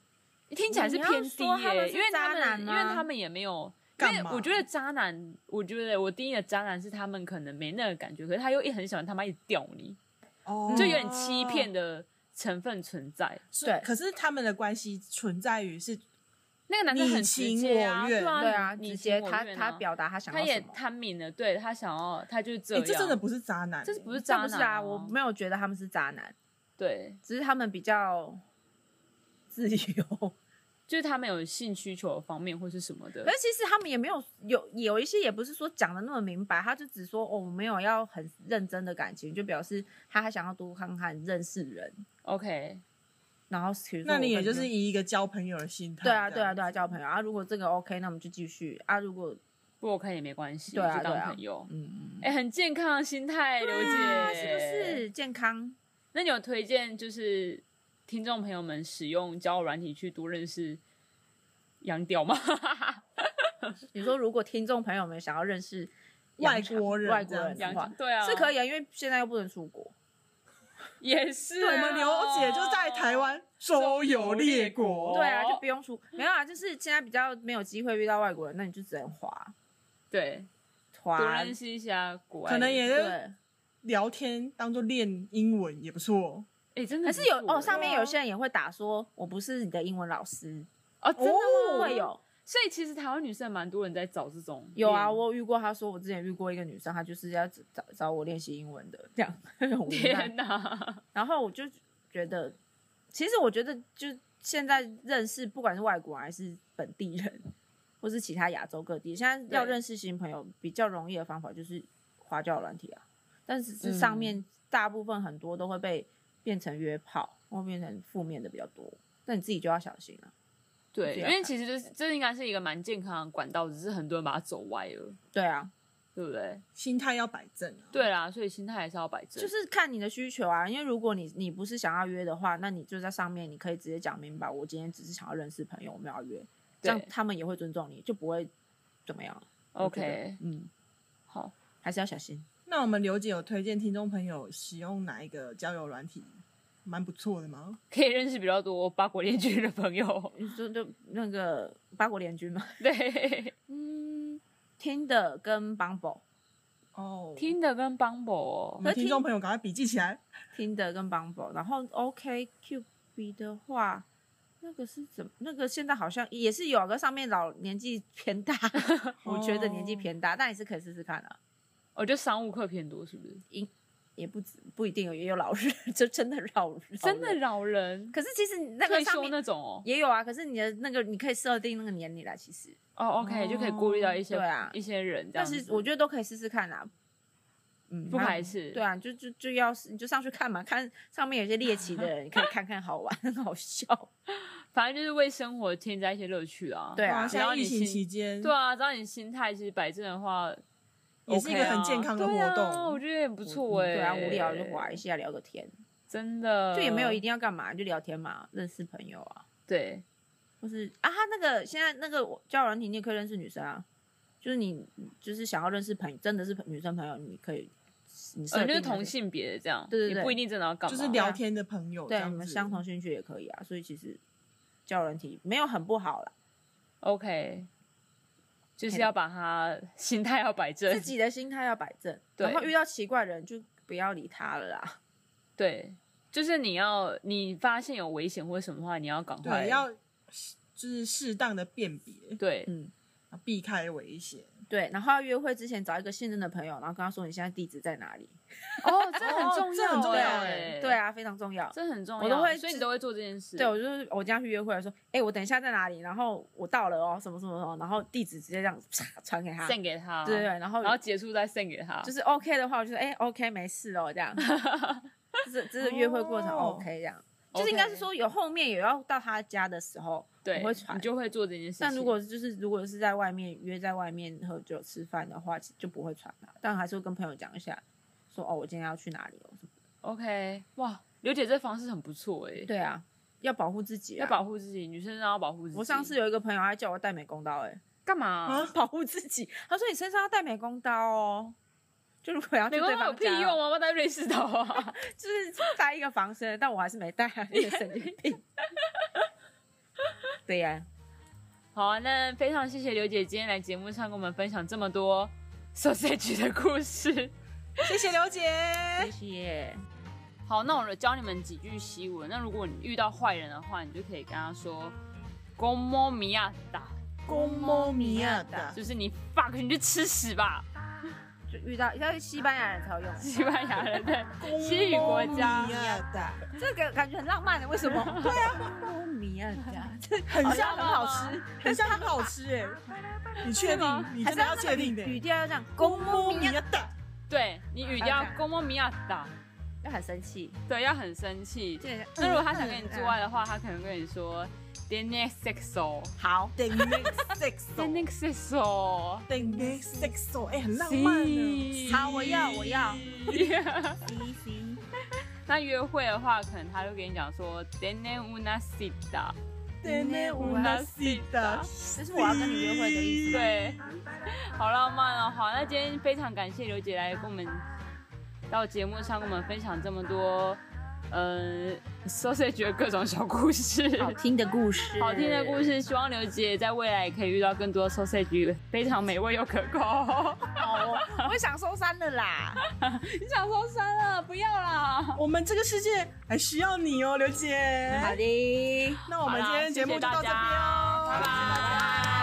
[SPEAKER 1] 听起来是偏低
[SPEAKER 2] 你要说他
[SPEAKER 1] 耶，
[SPEAKER 2] 们是
[SPEAKER 1] 因为他
[SPEAKER 2] 渣
[SPEAKER 1] 们
[SPEAKER 2] 男
[SPEAKER 1] 因
[SPEAKER 2] 吗
[SPEAKER 1] 为他们也没有。因
[SPEAKER 3] 干
[SPEAKER 1] 为
[SPEAKER 3] 嘛
[SPEAKER 1] 我觉得渣男，我觉得我定义的渣男是他们可能没那个感觉，可是他又一很喜欢他妈一直吊你，
[SPEAKER 2] 嗯
[SPEAKER 3] 哦
[SPEAKER 1] 就有点欺骗。的成分存在。
[SPEAKER 3] 是
[SPEAKER 2] 对
[SPEAKER 3] 可是他们的关系存在于是
[SPEAKER 1] 那个男生很直接啊，
[SPEAKER 3] 你情我愿
[SPEAKER 1] 对啊，
[SPEAKER 2] 对啊，
[SPEAKER 1] 你
[SPEAKER 2] 直
[SPEAKER 1] 你
[SPEAKER 2] 接
[SPEAKER 1] 情我
[SPEAKER 2] 他
[SPEAKER 1] 愿啊
[SPEAKER 2] 他表达他想
[SPEAKER 1] 他
[SPEAKER 2] 要什
[SPEAKER 1] 也
[SPEAKER 2] 么。
[SPEAKER 1] 贪明了，对他想要，他就是这
[SPEAKER 3] 哎、
[SPEAKER 1] 样。
[SPEAKER 3] 这真的不是渣男、
[SPEAKER 1] 这不是
[SPEAKER 2] 这
[SPEAKER 1] 渣
[SPEAKER 2] 不
[SPEAKER 1] 男
[SPEAKER 2] 是
[SPEAKER 1] 啊、
[SPEAKER 2] 啊，我没有觉得他们是渣男，
[SPEAKER 1] 对，
[SPEAKER 2] 只是他们比较自由。
[SPEAKER 1] 就是他们有性需求方面或是什么的
[SPEAKER 2] 可。是其实他们也没有有有一些也不是说讲的那么明白，他就只说哦，我没有要很认真的感情，就表示他还想要多看看认识人，
[SPEAKER 1] OK，
[SPEAKER 2] 然后比如说
[SPEAKER 3] 那你
[SPEAKER 2] 我
[SPEAKER 3] 也就
[SPEAKER 2] 跟
[SPEAKER 3] 是以一个交朋友的心态。
[SPEAKER 2] 对啊
[SPEAKER 3] 这
[SPEAKER 2] 对啊
[SPEAKER 3] 样
[SPEAKER 2] 对啊交朋友啊，如果这个 OK，那我们就继续啊，如果
[SPEAKER 1] 不 OK 也没关系，
[SPEAKER 2] 对啊
[SPEAKER 1] 就当
[SPEAKER 2] 对啊
[SPEAKER 1] 朋友。
[SPEAKER 2] 嗯嗯，
[SPEAKER 1] 哎、很健康的心态，刘姐、
[SPEAKER 2] 啊是不？是健康？
[SPEAKER 1] 那你有推荐就是听众朋友们使用交友软体去多认识洋屌吗？
[SPEAKER 2] 你说如果听众朋友们想要认识
[SPEAKER 3] 外
[SPEAKER 2] 洋肠
[SPEAKER 3] 国人
[SPEAKER 2] 外国人
[SPEAKER 3] 这样
[SPEAKER 2] 的
[SPEAKER 3] 子
[SPEAKER 2] 话，
[SPEAKER 1] 对啊，
[SPEAKER 2] 是可以啊，因为现在又不能出国。
[SPEAKER 1] 也是、啊
[SPEAKER 3] 我们刘姐就在台。湾周游列国，
[SPEAKER 2] 对啊，就不用出，没有啊，就是现在比较没有机会遇到外国人，那你就只能滑
[SPEAKER 1] 对，多
[SPEAKER 2] 滑
[SPEAKER 1] 认，识一下国外的，
[SPEAKER 3] 可能也是
[SPEAKER 2] 对，
[SPEAKER 3] 聊天当做练英文也不错。
[SPEAKER 1] 哎、真的
[SPEAKER 2] 还是有
[SPEAKER 1] 不错
[SPEAKER 2] 哦，上面
[SPEAKER 1] 对啊
[SPEAKER 2] 有些人也会打说，我不是你的英文老师，
[SPEAKER 1] 哦，真的吗？
[SPEAKER 2] 会有
[SPEAKER 1] 所以其实台湾女生蛮多人在找这种
[SPEAKER 2] 有啊，
[SPEAKER 1] 练
[SPEAKER 2] 我有遇过，他说我之前遇过一个女生，她就是要找找我练习英文的，这样很无奈
[SPEAKER 1] 天。哪，
[SPEAKER 2] 然后我就觉得，其实我觉得就现在认识，不管是外国人还是本地人，或是其他亚洲各地，现在要
[SPEAKER 1] 对
[SPEAKER 2] 认识新朋友比较容易的方法就是花教软体啊，但是是
[SPEAKER 1] 嗯
[SPEAKER 2] 上面大部分很多都会被变成约炮，或变成负面的比较多，那你自己就要小心啊了、
[SPEAKER 1] 对，
[SPEAKER 2] 这
[SPEAKER 1] 因
[SPEAKER 2] 样
[SPEAKER 1] 为
[SPEAKER 2] 看
[SPEAKER 1] 其实就是这应该是一个蛮健康的管道，只是很多人把它走歪了，
[SPEAKER 2] 对啊，
[SPEAKER 1] 对不对？
[SPEAKER 3] 心态要摆正啊。
[SPEAKER 1] 对啦，所以心态还是要摆正，
[SPEAKER 2] 就是看你的需求啊，因为如果你你不是想要约的话，那你就在上面，你可以直接讲明白，我今天只是想要认识朋友，我没有要约，这样
[SPEAKER 1] 对
[SPEAKER 2] 他们也会尊重你，就不会怎么样。我觉得
[SPEAKER 1] OK
[SPEAKER 2] 嗯，
[SPEAKER 1] 好。
[SPEAKER 2] 还是要小心。
[SPEAKER 3] 那我们刘姐有推荐听众朋友使用哪一个交友软体，蛮不错的吗？
[SPEAKER 1] 可以认识比较多八国联军的朋友，
[SPEAKER 2] 你说就那个八国联军嘛，
[SPEAKER 1] 对，
[SPEAKER 2] 嗯，听的跟 Bumble，
[SPEAKER 3] 哦，
[SPEAKER 1] 听的跟 Bumble 哦
[SPEAKER 3] 我们听众朋友赶快笔记起来。
[SPEAKER 2] 听的跟 Bumble，然后 OK Q B 的话。那个是怎么？那个现在好像也是有，个上面老年纪偏大， 我觉得
[SPEAKER 1] 哦
[SPEAKER 2] 年纪偏大，但也是可以试试看啊。
[SPEAKER 1] 我觉得哦商务课偏多，是不是？
[SPEAKER 2] 也不止不一定有，也有老人， 就真的老人，
[SPEAKER 1] 真的。老人，
[SPEAKER 2] 可是其实你那
[SPEAKER 1] 哦
[SPEAKER 2] 个
[SPEAKER 1] 退
[SPEAKER 2] 上
[SPEAKER 1] 休
[SPEAKER 2] 面
[SPEAKER 1] 那种哦。
[SPEAKER 2] 也有啊，可是你的那个你可以设定那个年龄啦，其实。
[SPEAKER 1] 哦，OK，就可以过滤到一些
[SPEAKER 2] 对啊
[SPEAKER 1] 一些人这
[SPEAKER 2] 但
[SPEAKER 1] 样子。
[SPEAKER 2] 是我觉得都可以试试看啦，嗯，
[SPEAKER 1] 不排
[SPEAKER 2] 还
[SPEAKER 1] 斥
[SPEAKER 2] 对啊，就就就要你就上去看嘛，看上面有些猎奇的人，你可以看看好玩， 很好笑。
[SPEAKER 1] 反正就是为生活添加一些乐趣啊。
[SPEAKER 2] 对
[SPEAKER 3] 哇，
[SPEAKER 2] 啊，
[SPEAKER 3] 现
[SPEAKER 1] 然后
[SPEAKER 3] 在疫
[SPEAKER 1] 你
[SPEAKER 3] 情
[SPEAKER 1] 心
[SPEAKER 3] 期间，
[SPEAKER 1] 对，啊，只要你心态其实摆正的话，
[SPEAKER 3] 也是一个
[SPEAKER 1] OK 啊
[SPEAKER 3] 很健康的活动。
[SPEAKER 1] 对啊我觉得也不错哎。
[SPEAKER 2] 对啊，无聊就滑一，下，聊个天，
[SPEAKER 1] 真的
[SPEAKER 2] 就也
[SPEAKER 1] 呃
[SPEAKER 2] 没有一定要干嘛，就聊天嘛，认识朋友啊，
[SPEAKER 1] 对
[SPEAKER 2] 或是啊，他那个现在那个交友软体，你也可以认识女生啊。就是你就是想要认识朋友，真的是女生朋友，你可以你设
[SPEAKER 1] 呃，就
[SPEAKER 2] 定
[SPEAKER 1] 是
[SPEAKER 2] 那个
[SPEAKER 1] 同性别的这样，
[SPEAKER 2] 对对对
[SPEAKER 1] 也不一定真的要干
[SPEAKER 3] 就
[SPEAKER 1] 嘛，
[SPEAKER 3] 是聊天的朋友，这
[SPEAKER 2] 对
[SPEAKER 3] 样
[SPEAKER 2] 你们
[SPEAKER 3] 子
[SPEAKER 2] 相同兴趣也可以啊，所以其实交友软体没有很不好啦，
[SPEAKER 1] OK，就是要把他心态要摆正
[SPEAKER 2] 自，己的心态要摆正，
[SPEAKER 1] 对
[SPEAKER 2] 然后遇到奇怪的人就不要理他了啦。
[SPEAKER 1] 对，就是你要你发现有危险或者什么的话，你要赶快
[SPEAKER 3] 对，要就是适当的辨别，
[SPEAKER 1] 对
[SPEAKER 2] 嗯，
[SPEAKER 3] 避开危险。
[SPEAKER 2] 对，然后要约会之前找一个信任的朋友，然后跟他说你现在地址在哪里。
[SPEAKER 1] 哦，这很重要，
[SPEAKER 3] 这很重要欸
[SPEAKER 1] 哎，
[SPEAKER 2] 对，啊，非常重要。
[SPEAKER 1] 这很重要，
[SPEAKER 2] 我都会
[SPEAKER 1] 所以你都会做这件事，
[SPEAKER 2] 对，我就是我今天去约会说，哎、我等一下在哪里，然后我到了哦，什么什么什么，然后地址直接这样啪传给他，对
[SPEAKER 1] 献给他，
[SPEAKER 2] 对对，，然后
[SPEAKER 1] 然后结束再献给他，
[SPEAKER 2] 就是 OK 的话，我就说哎、OK 没事哦，这样，就是这是约会过程
[SPEAKER 3] 哦
[SPEAKER 2] OK 这样，就是应该是说有后面也要到他家的时候，
[SPEAKER 1] 对，
[SPEAKER 2] 我会传
[SPEAKER 1] 你就会做这件事情。
[SPEAKER 2] 但如果就是如果是在外面约在外面喝酒吃饭的话，就不会传啦，但还是会跟朋友讲一下，说哦我今天要去哪里哦，
[SPEAKER 1] OK，哇，刘姐这方式很不错哎，
[SPEAKER 2] 对啊，要保护自己、啊，
[SPEAKER 1] 要保护自己，女生要保护自己。
[SPEAKER 2] 我上次有一个朋友，他叫我带美工刀、欸，
[SPEAKER 1] 干嘛
[SPEAKER 3] 啊？
[SPEAKER 2] 保护自己。他说你身上要带美工刀哦，就如果要去
[SPEAKER 1] 美国
[SPEAKER 2] 对
[SPEAKER 1] 刀有
[SPEAKER 2] 方
[SPEAKER 1] 屁
[SPEAKER 2] 家
[SPEAKER 1] 用
[SPEAKER 2] 哦，
[SPEAKER 1] 啊！我带瑞士刀啊！
[SPEAKER 2] 就是带一个防身，但我还是没带，啊，一个神经 病。对呀、
[SPEAKER 1] 好啊，那非常谢谢刘姐今天来节目上跟我们分享这么多 sausage 的故事。
[SPEAKER 3] 谢谢刘姐，
[SPEAKER 2] 谢谢。
[SPEAKER 1] 好，那我教你们几句西文。那如果你遇到坏人的话，你就可以跟他说 g o m o m i a d
[SPEAKER 3] 公猫咪亚的，
[SPEAKER 1] 就是你 fuck，你去吃屎吧！
[SPEAKER 2] 就遇到要是西班牙人才有用，
[SPEAKER 1] 西班牙人对，西语国家
[SPEAKER 3] 公猫咪亚的，
[SPEAKER 2] 这个感觉很浪漫欸的，为什么？ 对啊，米亚家，这
[SPEAKER 3] 很
[SPEAKER 2] 好
[SPEAKER 3] 像
[SPEAKER 2] 像很好吃，
[SPEAKER 3] 很像很好吃哎，你确定？你真的要确定的
[SPEAKER 2] 还是那个语语调要这样，公
[SPEAKER 3] 公
[SPEAKER 2] 啊猫
[SPEAKER 3] 猫
[SPEAKER 2] 米
[SPEAKER 3] 咪
[SPEAKER 2] 亚，
[SPEAKER 3] 亚的，
[SPEAKER 1] 对你语调
[SPEAKER 2] OK
[SPEAKER 1] g o m o m i a d
[SPEAKER 2] 要很生气。嗯
[SPEAKER 1] 对，要很生气。
[SPEAKER 2] 这个
[SPEAKER 1] 那如果他想跟你做爱的话，他可能跟你说 d e n e sexo”。好
[SPEAKER 3] d e n e
[SPEAKER 1] d e n
[SPEAKER 3] sexo，
[SPEAKER 1] e sexo”。
[SPEAKER 3] d e n e sexo，哎，很浪漫啊呢。
[SPEAKER 2] 好，我要，我要。
[SPEAKER 3] 嘻嘻
[SPEAKER 1] 那约会的话，可能他就跟你讲说 d e n e una cita”，
[SPEAKER 3] tiene una cita，
[SPEAKER 2] 这是我要跟你约会的意思。，
[SPEAKER 1] 对，好浪漫哦。好，那今天非常感谢刘姐来跟我们到节目上跟我们分享这么多，呃，sausage 的各种小故事，
[SPEAKER 2] 好听的故事，
[SPEAKER 1] 好听的故。事。希望刘姐在未来也可以遇到更多 sausage 非常美味又可 口。
[SPEAKER 2] 哦， 我我想收山了啦。
[SPEAKER 1] 你想说删了，不要啦。
[SPEAKER 3] 我们这个世界还需要你哦，刘姐。
[SPEAKER 2] 好的，
[SPEAKER 3] 那我们今天节目就到这边
[SPEAKER 1] 好
[SPEAKER 3] 哦，
[SPEAKER 1] 啦谢谢大家拜拜